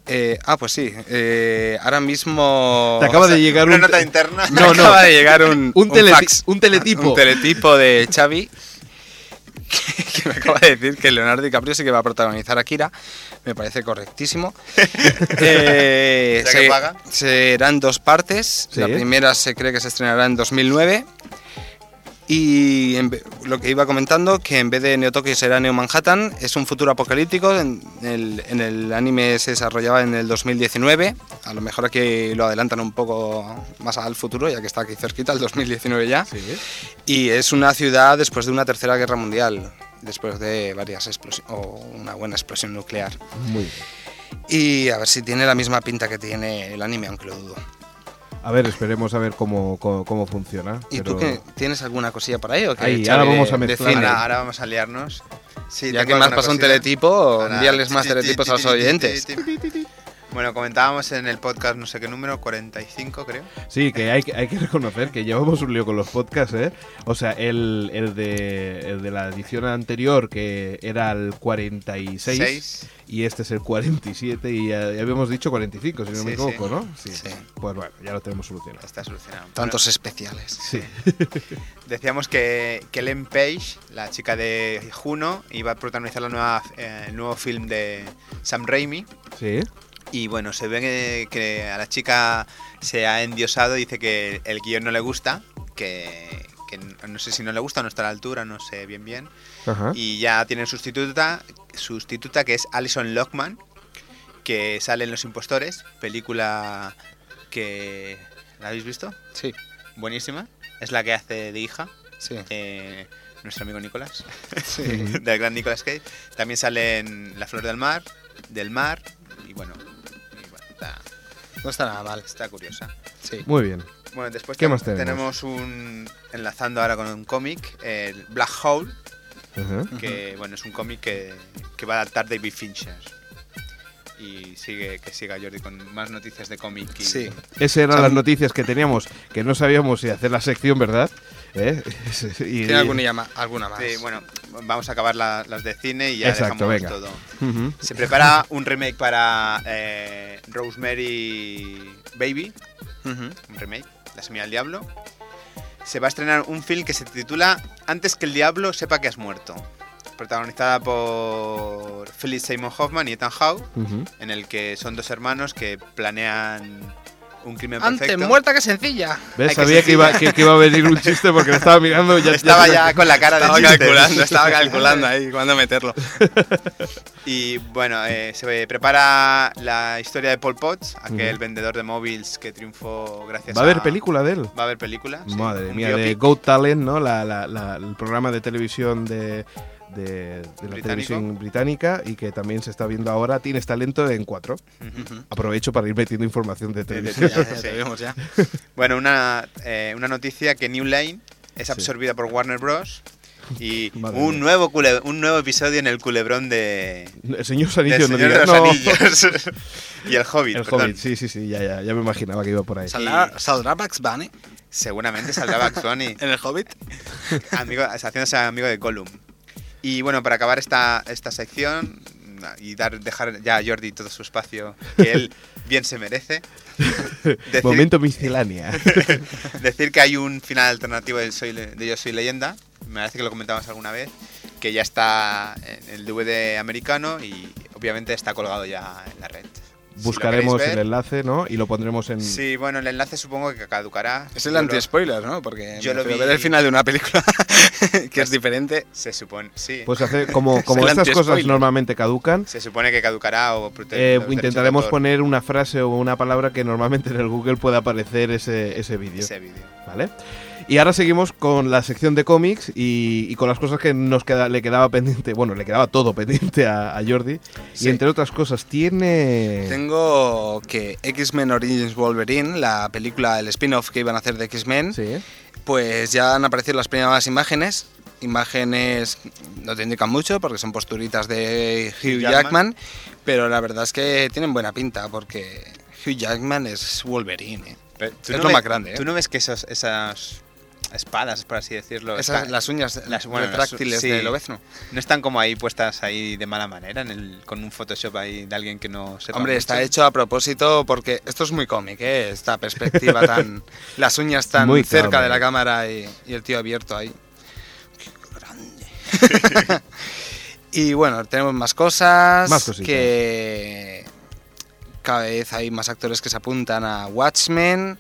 Speaker 3: Eh, ah, pues sí, eh, ahora mismo...
Speaker 2: Te acaba de llegar
Speaker 5: una
Speaker 2: un-
Speaker 5: nota interna.
Speaker 3: No, no. Acaba de llegar un,
Speaker 7: Un teleti-
Speaker 3: fax.
Speaker 7: un teletipo.
Speaker 3: Un teletipo de Xavi que, que me acaba de decir que Leonardo DiCaprio sí que va a protagonizar a Kira. Me parece correctísimo. Eh,
Speaker 5: O sea que paga.
Speaker 3: Serán dos partes. La
Speaker 2: Sí.
Speaker 3: primera se cree que se estrenará en 2009. Y en ve- lo que iba comentando, que en vez de Neo Tokio será Neo Manhattan, es un futuro apocalíptico. En el, en el anime se desarrollaba en el 2019. A lo mejor aquí lo adelantan un poco más al futuro, ya que está aquí cerquita, el 2019 ya. Y es una ciudad después de una tercera guerra mundial, después de varias explosiones, o una buena explosión nuclear.
Speaker 2: Muy bien.
Speaker 3: Y a ver si tiene la misma pinta que tiene el anime, aunque lo dudo.
Speaker 2: A ver, esperemos a ver cómo, cómo, cómo funciona.
Speaker 3: ¿Y
Speaker 2: pero-
Speaker 3: tú qué? ¿Tienes alguna cosilla por ahí o qué?
Speaker 2: Ahí,
Speaker 3: Xavi,
Speaker 2: ahora vamos a
Speaker 3: de
Speaker 2: mezclar.
Speaker 3: cine?
Speaker 5: Ahora, ahora vamos a liarnos. Sí,
Speaker 3: ya que
Speaker 5: tengo
Speaker 3: me has
Speaker 5: alguna
Speaker 3: pasado un
Speaker 5: cosita.
Speaker 3: teletipo,
Speaker 5: Ahora,
Speaker 3: envíales más
Speaker 5: ti, ti,
Speaker 3: teletipos
Speaker 5: ti,
Speaker 3: a los
Speaker 5: ti, ti, ti,
Speaker 3: oyentes.
Speaker 5: ti, ti, ti. Bueno, comentábamos en el podcast no sé qué número, 45 creo.
Speaker 2: Sí, que hay, que- hay que reconocer que llevamos un lío con los podcasts, ¿eh? O sea, el, el de, el de la edición anterior, que era el 46,
Speaker 5: Seis.
Speaker 2: y este es el 47, y ya, ya habíamos dicho 45, si no me
Speaker 5: Sí, sí.
Speaker 2: equivoco, ¿no? Sí.
Speaker 3: Sí.
Speaker 2: Pues bueno, ya lo tenemos solucionado.
Speaker 5: Está solucionado.
Speaker 3: Tantos especiales.
Speaker 2: Sí.
Speaker 5: Bueno, decíamos que, que Ellen Page, la chica de Juno, iba a protagonizar la nueva, eh, el nuevo film de Sam Raimi.
Speaker 2: Sí.
Speaker 5: Y bueno, se ve que, que a la chica se ha endiosado, dice que el guión no le gusta, que, que no sé si no le gusta o no está a la altura, no sé bien bien.
Speaker 2: Ajá.
Speaker 5: Y ya tienen sustituta, sustituta que es Alison Lockman, que sale en Los Impostores, película que... ¿La habéis visto?
Speaker 3: Sí,
Speaker 5: Buenísima. Es la que hace de hija,
Speaker 3: sí.
Speaker 5: eh, nuestro amigo Nicolás,
Speaker 3: sí.
Speaker 5: del gran Nicolás Cage. También sale en La Flor del Mar, del Mar, y bueno, y bueno, está,
Speaker 3: No está nada mal.
Speaker 5: está curiosa.
Speaker 3: Sí.
Speaker 2: Muy bien.
Speaker 5: Bueno, después
Speaker 2: ¿Qué
Speaker 5: te-
Speaker 2: más tenemos?
Speaker 5: un, enlazando ahora con un cómic, el Black Hole,
Speaker 2: Ajá.
Speaker 5: que bueno, es un cómic que, que va a adaptar David Fincher. Y sigue, que siga Jordi con más noticias de cómic. y-
Speaker 3: Sí.
Speaker 2: Esas eran las noticias que teníamos, que no sabíamos si hacer la sección, ¿verdad? ¿Eh? Y-
Speaker 3: ¿Tiene alguna, llama- alguna más?
Speaker 5: Sí, bueno, vamos a acabar la- las de cine y ya
Speaker 2: Exacto,
Speaker 5: dejamos
Speaker 2: venga.
Speaker 5: todo.
Speaker 2: Ujú.
Speaker 5: Se prepara un remake para eh, Rosemary Baby,
Speaker 3: Ujú.
Speaker 5: un remake, La Semilla del Diablo. Se va a estrenar un film que se titula Antes que el Diablo sepa que has muerto, protagonizada por Philip Seymour Hoffman y Ethan Howe,
Speaker 2: Ujú.
Speaker 5: en el que son dos hermanos que planean un crimen perfecto.
Speaker 3: Antes muerta que sencilla.
Speaker 2: ¿Ves?
Speaker 5: Ay, que
Speaker 2: Sabía que iba,
Speaker 5: sencilla.
Speaker 2: que, que iba a venir un chiste porque lo estaba mirando. Ya,
Speaker 5: Estaba ya con la cara de
Speaker 3: Estaba
Speaker 5: chiste.
Speaker 3: calculando, estaba calculando ahí cuándo meterlo.
Speaker 5: Y bueno, eh, se prepara la historia de Paul Potts, aquel
Speaker 2: Ujú.
Speaker 5: vendedor de móviles que triunfó gracias
Speaker 2: ¿Va a haber
Speaker 5: a-
Speaker 2: película de él?
Speaker 5: Va a haber película. sí,
Speaker 2: Madre
Speaker 5: un
Speaker 2: mía, de
Speaker 5: biopic.
Speaker 2: Go Talent, ¿no? La- la- la- el programa de televisión de, de- de la
Speaker 5: Británico.
Speaker 2: televisión británica y que también se está viendo ahora. Tienes talento en cuatro. Aprovecho para ir metiendo información de
Speaker 5: de-
Speaker 2: televisión.
Speaker 3: Ya, ya te vemos ya.
Speaker 5: Bueno, una, eh, una noticia que New Line es absorbida por Warner Bros. Y
Speaker 2: Madre
Speaker 5: un
Speaker 2: mía.
Speaker 5: nuevo, cule- un nuevo episodio en el culebrón de,
Speaker 2: El señor
Speaker 5: del
Speaker 2: Sanillo no
Speaker 5: Señor
Speaker 2: diga-
Speaker 5: de los
Speaker 2: no.
Speaker 5: Anillos. y el Hobbit,
Speaker 2: El
Speaker 5: perdón.
Speaker 2: Hobbit, sí, sí, sí, ya, ya, ya me imaginaba que iba por ahí.
Speaker 3: ¿Saldrá, ¿Saldrá Bugs Bunny
Speaker 5: Seguramente saldrá Bugs Bunny,
Speaker 3: en el Hobbit?
Speaker 5: amigo, haciéndose amigo de Gollum. Y bueno, para acabar esta, esta sección y dar, dejar ya a Jordi todo su espacio que él bien se merece. decir-
Speaker 2: Momento miscelánea.
Speaker 5: Decir que hay un final alternativo de, Soy Le- de Yo Soy Leyenda, me parece que lo comentamos alguna vez, que ya está en el DVD americano y obviamente está colgado ya en la red. Si lo
Speaker 2: Buscaremos
Speaker 5: queréis
Speaker 2: el
Speaker 5: ver-
Speaker 2: enlace, ¿no? Y lo pondremos en.
Speaker 5: Sí, bueno, el enlace supongo que caducará.
Speaker 3: Es el
Speaker 5: Yo lo-
Speaker 3: anti-spoiler, ¿no? Porque
Speaker 5: Yo
Speaker 3: yo
Speaker 5: lo vi-
Speaker 3: ver el final de una película que es diferente.
Speaker 5: Se supone, sí.
Speaker 2: Pues hacer como, como
Speaker 3: el
Speaker 2: estas cosas
Speaker 3: anti-spoiler.
Speaker 2: normalmente caducan.
Speaker 5: se supone que caducará o prote-
Speaker 2: eh,
Speaker 5: los derechos de
Speaker 2: intentaremos
Speaker 5: autor,
Speaker 2: poner una frase o una palabra que normalmente en el Google pueda aparecer ese, ese vídeo.
Speaker 5: ese vídeo.
Speaker 2: ¿Vale? Y ahora seguimos con la sección de cómics y, y con las cosas que nos queda, le quedaba pendiente, bueno, le quedaba todo pendiente a, a Jordi.
Speaker 3: Sí.
Speaker 2: Y entre otras cosas, tiene...
Speaker 3: Tengo que X-Men Origins Wolverine, la película, el spin-off que iban a hacer de X-Men,
Speaker 2: Sí. ¿eh?
Speaker 3: pues ya han aparecido las primeras imágenes. Imágenes no te indican mucho porque son posturitas de Hugh
Speaker 5: Jackman.
Speaker 3: Jackman, pero la verdad es que tienen buena pinta porque Hugh Jackman es Wolverine. ¿eh?
Speaker 5: Pero tú
Speaker 3: Es
Speaker 5: no
Speaker 3: lo
Speaker 5: ve-
Speaker 3: más grande, ¿eh?
Speaker 5: ¿Tú no ves que esos- esas espadas, por así decirlo,
Speaker 3: Esas,
Speaker 5: están-
Speaker 3: las uñas
Speaker 5: las-
Speaker 3: las,
Speaker 5: bueno, las-
Speaker 3: retráctiles
Speaker 5: sí.
Speaker 3: del obezno.
Speaker 5: no están como ahí puestas ahí de mala manera, en el, con un Photoshop ahí de alguien que no sepa
Speaker 3: Hombre,
Speaker 5: mucho?
Speaker 3: está hecho a propósito porque esto es muy cómic, ¿eh? Esta perspectiva tan... las uñas tan
Speaker 2: Muy
Speaker 3: cerca de
Speaker 2: cómic.
Speaker 3: la cámara y, y el tío abierto ahí. ¡Qué grande! y bueno, tenemos más cosas.
Speaker 2: Más cositas.
Speaker 3: Que cada vez hay más actores que se apuntan a Watchmen.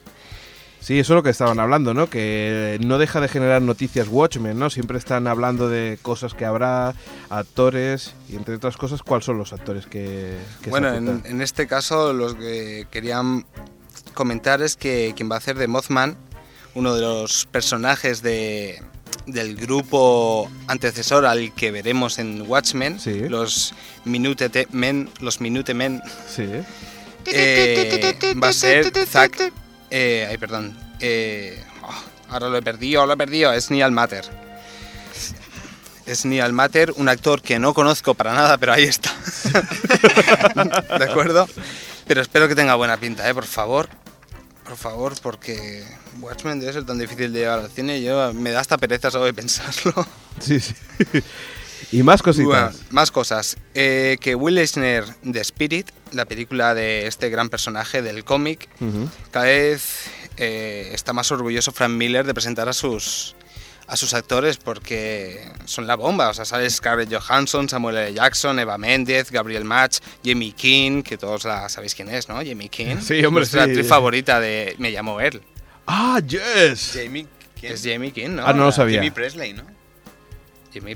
Speaker 2: Sí, eso es lo que estaban hablando, ¿no? Que no deja de generar noticias Watchmen, ¿no? Siempre están hablando de cosas que habrá, actores, y entre otras cosas, ¿cuáles son los actores que, que se
Speaker 3: Bueno, en,
Speaker 2: apuntan?
Speaker 3: en este caso los que querían comentar es que quien va a hacer de Mothman, uno de los personajes de, del grupo antecesor al que veremos en Watchmen,
Speaker 2: Sí.
Speaker 3: los Minute Te- Men, los Minute Men,
Speaker 2: Sí,
Speaker 3: eh, va a ser Zack, eh, ay perdón, eh, oh, ahora lo he perdido, lo he perdido, es Neil Matter. Es Neil Matter, un actor que no conozco para nada, pero ahí está. ¿De acuerdo? Pero espero que tenga buena pinta, ¿eh? Por favor. Por favor, porque Watchmen debe ser tan difícil de llevar al cine. Yo me da hasta pereza solo de pensarlo.
Speaker 2: sí, sí. y más
Speaker 3: Bueno,
Speaker 2: cositas.
Speaker 3: más cosas. Eh, que Will Eisner de Spirit, la película de este gran personaje del cómic,
Speaker 2: Ujú.
Speaker 3: cada vez eh, está más orgulloso Frank Miller de presentar a sus a sus actores porque son la bomba. O sea, sale Scarlett Johansson, Samuel L. Jackson, Eva Méndez, Gabriel Match, Jamie King, que todos la sabéis quién es, ¿no? Jamie King.
Speaker 2: Sí, hombre,
Speaker 3: Nuestra
Speaker 2: sí.
Speaker 3: actriz favorita de Me llamó él.
Speaker 2: ¡Ah, yes!
Speaker 5: Jamie, ¿quién?
Speaker 3: Es Jamie King, ¿no?
Speaker 2: Ah, no lo sabía.
Speaker 5: Jamie Presley, ¿no?
Speaker 3: Jamie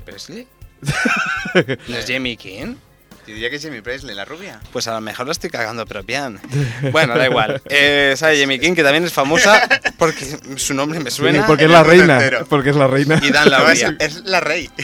Speaker 3: Presley. ¿No es Jamie King?
Speaker 5: Yo diría que es Jamie Presley, la rubia.
Speaker 3: Pues a lo mejor lo estoy cagando, pero bien. Bueno, da igual. Eh, sabe Jamie King, que también es famosa porque su nombre me
Speaker 2: Sí,
Speaker 3: suena.
Speaker 2: porque es la
Speaker 5: el mundo
Speaker 2: reina.
Speaker 5: entero.
Speaker 2: Porque es la reina.
Speaker 3: Y Dan la
Speaker 5: es la rey.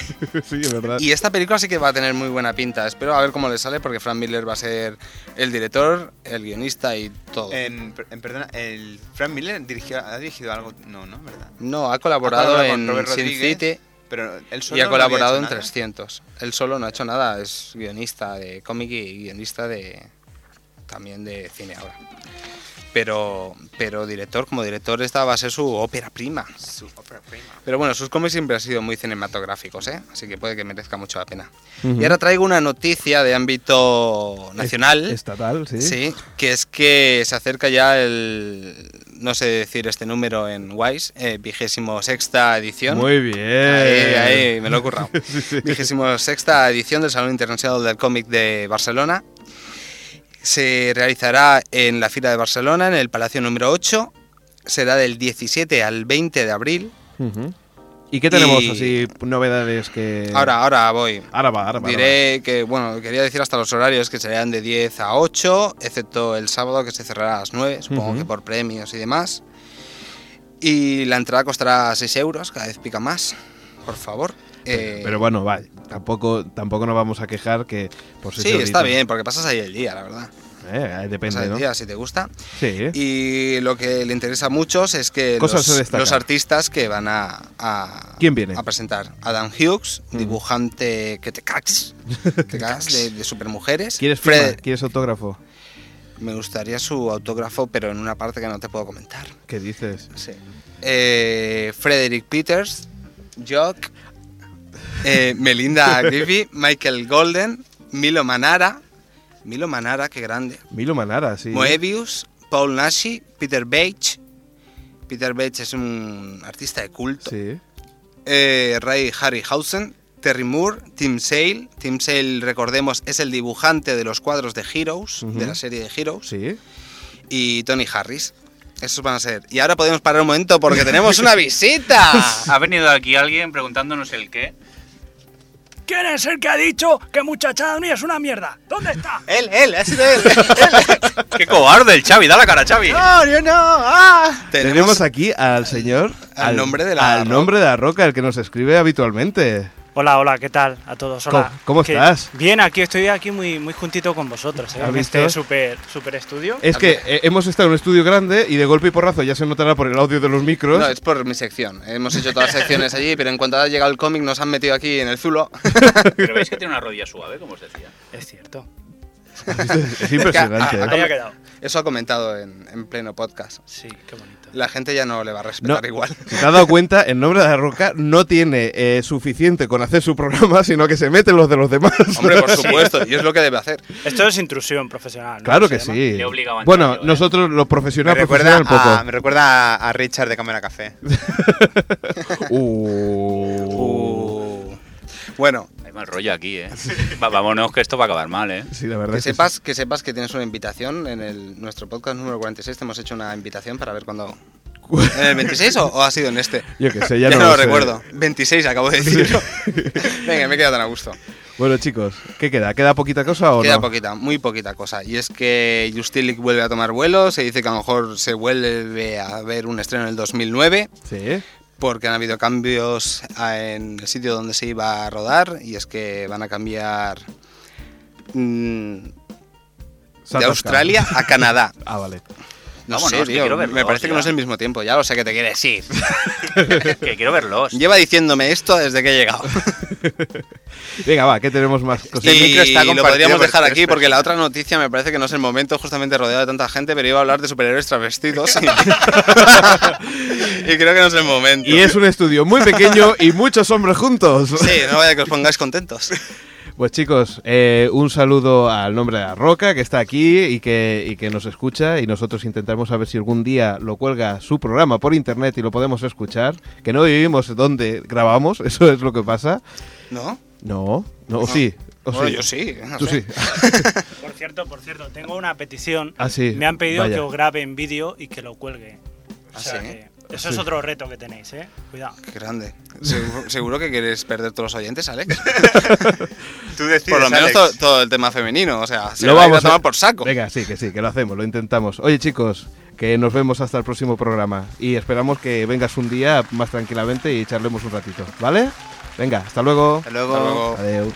Speaker 2: sí, es verdad.
Speaker 3: Y esta película sí que va a tener muy buena pinta. Espero a ver cómo le sale, porque Frank Miller va a ser el director, el guionista y todo.
Speaker 5: En, en- perdona, el Frank Miller dirigió, ha dirigido algo. No, no, ¿verdad?
Speaker 3: no, ha colaborado
Speaker 5: ha colaborado con
Speaker 3: en
Speaker 5: Robert
Speaker 3: Sin
Speaker 5: Rodríguez,
Speaker 3: City
Speaker 5: Pero él solo
Speaker 3: y ha
Speaker 5: no
Speaker 3: colaborado
Speaker 5: había
Speaker 3: en
Speaker 5: hecho nada.
Speaker 3: 300. Él solo no ha hecho nada, es guionista de cómic y guionista de también de cine ahora. Pero, pero director, como director, esta va a ser su ópera prima.
Speaker 5: Su ópera prima.
Speaker 3: Pero bueno, sus cómics siempre han sido muy cinematográficos, ¿eh? Así que puede que merezca mucho la pena.
Speaker 2: Ujú.
Speaker 3: Y ahora traigo una noticia de ámbito nacional.
Speaker 2: Estatal, sí.
Speaker 3: Sí, que es que se acerca ya el, no sé decir este número en Wise, eh, vigésimo sexta edición.
Speaker 2: Muy bien.
Speaker 3: Ahí,
Speaker 2: Eh,
Speaker 3: ahí, me lo he currado. Vigésimo sexta edición del Salón Internacional del Cómic de Barcelona. Se realizará en la fila de Barcelona, en el Palacio número 8. Será del 17 al 20 de abril.
Speaker 2: Ujú. ¿Y qué tenemos
Speaker 3: Y-
Speaker 2: así, novedades que.
Speaker 3: Ahora, ahora voy.
Speaker 2: Ahora va, ahora va. ahora
Speaker 3: Diré que, bueno, quería decir hasta los horarios que serían de 10 a 8, excepto el sábado que se cerrará a las 9, supongo
Speaker 2: Ujú.
Speaker 3: que por premios y demás. Y la entrada costará 6 euros, cada vez pica más, por favor. Eh,
Speaker 2: va. Pero bueno, va. Tampoco, tampoco nos vamos a quejar que. Por seis
Speaker 3: sí, está
Speaker 2: euritos,
Speaker 3: bien, porque pasas ahí el día, la verdad.
Speaker 2: eh,
Speaker 3: Pasas
Speaker 2: depende,
Speaker 3: el
Speaker 2: ¿no?
Speaker 3: día si te gusta.
Speaker 2: Sí.
Speaker 3: Y lo que le interesa a muchos es que
Speaker 2: Cosas a
Speaker 3: los,
Speaker 2: destacar.
Speaker 3: los artistas que van a, a-
Speaker 2: ¿Quién viene? Mm.
Speaker 3: a presentar. Adam Hughes, dibujante que te cagas, te cagas de, de supermujeres.
Speaker 2: ¿Quieres firma?
Speaker 3: Fred,
Speaker 2: ¿Quieres autógrafo?
Speaker 3: me gustaría su autógrafo, pero en una parte que no te puedo comentar.
Speaker 2: ¿Qué dices?
Speaker 3: Eh, Frederick Peters, Jock, eh, Melinda Griffith, Michael Golden, Milo Manara, Milo Manara, qué grande.
Speaker 2: Milo Manara, sí.
Speaker 3: Moebius, Paul Nashi, Peter Beige. Peter Beige es un artista de culto.
Speaker 2: Sí.
Speaker 3: Eh, Ray Harryhausen, Terry Moore, Tim Sale. Tim Sale, recordemos, es el dibujante de los cuadros de Heroes,
Speaker 2: Ujú.
Speaker 3: de la serie de Heroes.
Speaker 2: Sí.
Speaker 3: Y Tony Harris. Esos van a ser. Y ahora podemos parar un momento porque tenemos una visita.
Speaker 4: Ha venido aquí alguien preguntándonos el qué.
Speaker 8: ¿Quién es el que ha dicho que muchachada ni es una mierda? ¿Dónde está?
Speaker 5: Él, él, ha sido él.
Speaker 4: ¡Qué cobarde el Xavi! ¡Da la cara, Xavi!
Speaker 2: Tenemos, aquí al señor.
Speaker 3: al nombre de la
Speaker 2: Al
Speaker 3: Roca.
Speaker 2: nombre de la roca, el que nos escribe habitualmente.
Speaker 8: Hola, hola, ¿qué tal a todos? Hola.
Speaker 2: ¿Cómo- cómo
Speaker 8: ¿Qué-
Speaker 2: estás?
Speaker 8: Bien, aquí estoy aquí muy, muy juntito con vosotros, ¿eh?
Speaker 2: ¿Has
Speaker 8: En
Speaker 2: visto?
Speaker 8: este super, super estudio.
Speaker 2: Es que eh, hemos estado en un estudio grande y de golpe y porrazo ya se notará por el audio de los micros.
Speaker 3: No, es por mi sección. Hemos hecho todas las secciones allí, pero en cuanto ha llegado el cómic nos han metido aquí en el zulo.
Speaker 4: Pero veis que tiene una rodilla suave, como os decía.
Speaker 8: Es cierto.
Speaker 2: Es impresionante.
Speaker 3: Es que
Speaker 2: ¿eh?
Speaker 3: a- a-
Speaker 8: Había quedado.
Speaker 3: Eso ha comentado en, en pleno podcast.
Speaker 8: Sí, qué bonito.
Speaker 3: La gente ya no le va a respetar
Speaker 2: No.
Speaker 3: igual.
Speaker 2: Si te has dado cuenta, el nombre de la roca no tiene eh, suficiente con hacer su programa, sino que se meten los de los demás.
Speaker 3: Hombre, por supuesto, y es lo que debe hacer.
Speaker 8: Esto es intrusión profesional. ¿no?
Speaker 2: Claro que
Speaker 8: ¿Se
Speaker 2: sí.
Speaker 4: Le he obligado a entrar
Speaker 2: Bueno,
Speaker 4: yo, ¿eh?
Speaker 2: nosotros los
Speaker 5: Me
Speaker 2: profesionales
Speaker 5: recuerda,
Speaker 2: profesional
Speaker 5: a,
Speaker 2: poco.
Speaker 5: me recuerda a- a Richard de Cámara Café.
Speaker 2: Uh.
Speaker 3: Bueno,
Speaker 4: Hay mal rollo aquí, ¿eh? Va- vámonos, que esto va a acabar mal, ¿eh?
Speaker 2: Sí, la verdad.
Speaker 3: que
Speaker 2: es que
Speaker 3: sepas, que sepas que tienes una invitación en el, nuestro podcast número 46. Te hemos hecho una invitación para ver cuándo. ¿En el 26 o, o ha sido en este?
Speaker 2: sí. Yo qué sé, ya,
Speaker 3: no, lo
Speaker 2: sé.
Speaker 3: recuerdo. 26 acabo de decirlo. Venga, me he quedado tan a gusto.
Speaker 2: Bueno, chicos, ¿qué queda? ¿Queda poquita cosa o
Speaker 3: Queda
Speaker 2: no?
Speaker 3: poquita, muy poquita cosa. Y es que Justilic vuelve a tomar vuelo. Se dice que a lo mejor se vuelve a ver un estreno en el 2009.
Speaker 2: Sí.
Speaker 3: porque han habido cambios ah, en el sitio donde se iba a rodar y es que van a cambiar mm, de
Speaker 2: Salta
Speaker 3: Australia a Canadá.
Speaker 2: escala. Ah, vale.
Speaker 3: No
Speaker 4: Vámonos,
Speaker 3: sé,
Speaker 4: que
Speaker 3: tío,
Speaker 4: quiero verlo,
Speaker 3: me parece que no
Speaker 4: ya.
Speaker 3: es el mismo tiempo, ya lo sé que te quiere decir.
Speaker 4: que quiero verlos.
Speaker 3: Lleva diciéndome esto desde que he llegado.
Speaker 2: Venga, va, ¿qué tenemos más cosas?
Speaker 5: Sí.
Speaker 3: y
Speaker 5: micro está
Speaker 3: lo
Speaker 5: compartido
Speaker 3: podríamos
Speaker 5: por
Speaker 3: dejar
Speaker 5: tres
Speaker 3: aquí porque la otra noticia me parece que no es el momento justamente rodeado de tanta gente, pero iba a hablar de superhéroes travestidos y, y creo que no es el momento.
Speaker 2: Y es un estudio muy pequeño y muchos hombres juntos.
Speaker 3: Sí, no vaya que os pongáis contentos.
Speaker 2: Pues chicos, eh, un saludo al nombre de la Roca que está aquí y que, y que nos escucha y nosotros intentamos a ver si algún día lo cuelga su programa por internet y lo podemos escuchar, que no vivimos donde grabamos, eso es lo que pasa.
Speaker 3: ¿No?
Speaker 2: No, no, o sí. o
Speaker 3: Bueno,
Speaker 2: sí.
Speaker 3: yo sí. no
Speaker 2: Tú
Speaker 3: sé.
Speaker 2: sí.
Speaker 8: Por cierto, por cierto, tengo una petición.
Speaker 2: Ah, sí,
Speaker 8: Me han pedido
Speaker 2: vaya.
Speaker 8: que os grabe en vídeo y que lo cuelgue. O
Speaker 3: Ah,
Speaker 8: sea
Speaker 3: ¿sí?
Speaker 8: que eso es otro reto que tenéis, ¿eh? Cuidado.
Speaker 3: Qué grande. ¿Seguro, seguro que quieres perder todos los oyentes, Alex?
Speaker 5: Tú decides,
Speaker 3: por lo menos
Speaker 5: Alex.
Speaker 3: to- todo el tema femenino. O sea, se
Speaker 2: Lo
Speaker 3: lo vamos a,
Speaker 2: vamos a-
Speaker 3: tomar por saco.
Speaker 2: Venga, sí, que sí, que lo hacemos, lo intentamos. Oye chicos, que nos vemos hasta el próximo programa y esperamos que vengas un día más tranquilamente y charlemos un ratito, ¿vale? Venga, hasta luego.
Speaker 5: Hasta luego.
Speaker 3: Hasta luego.
Speaker 2: Adeu.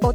Speaker 1: O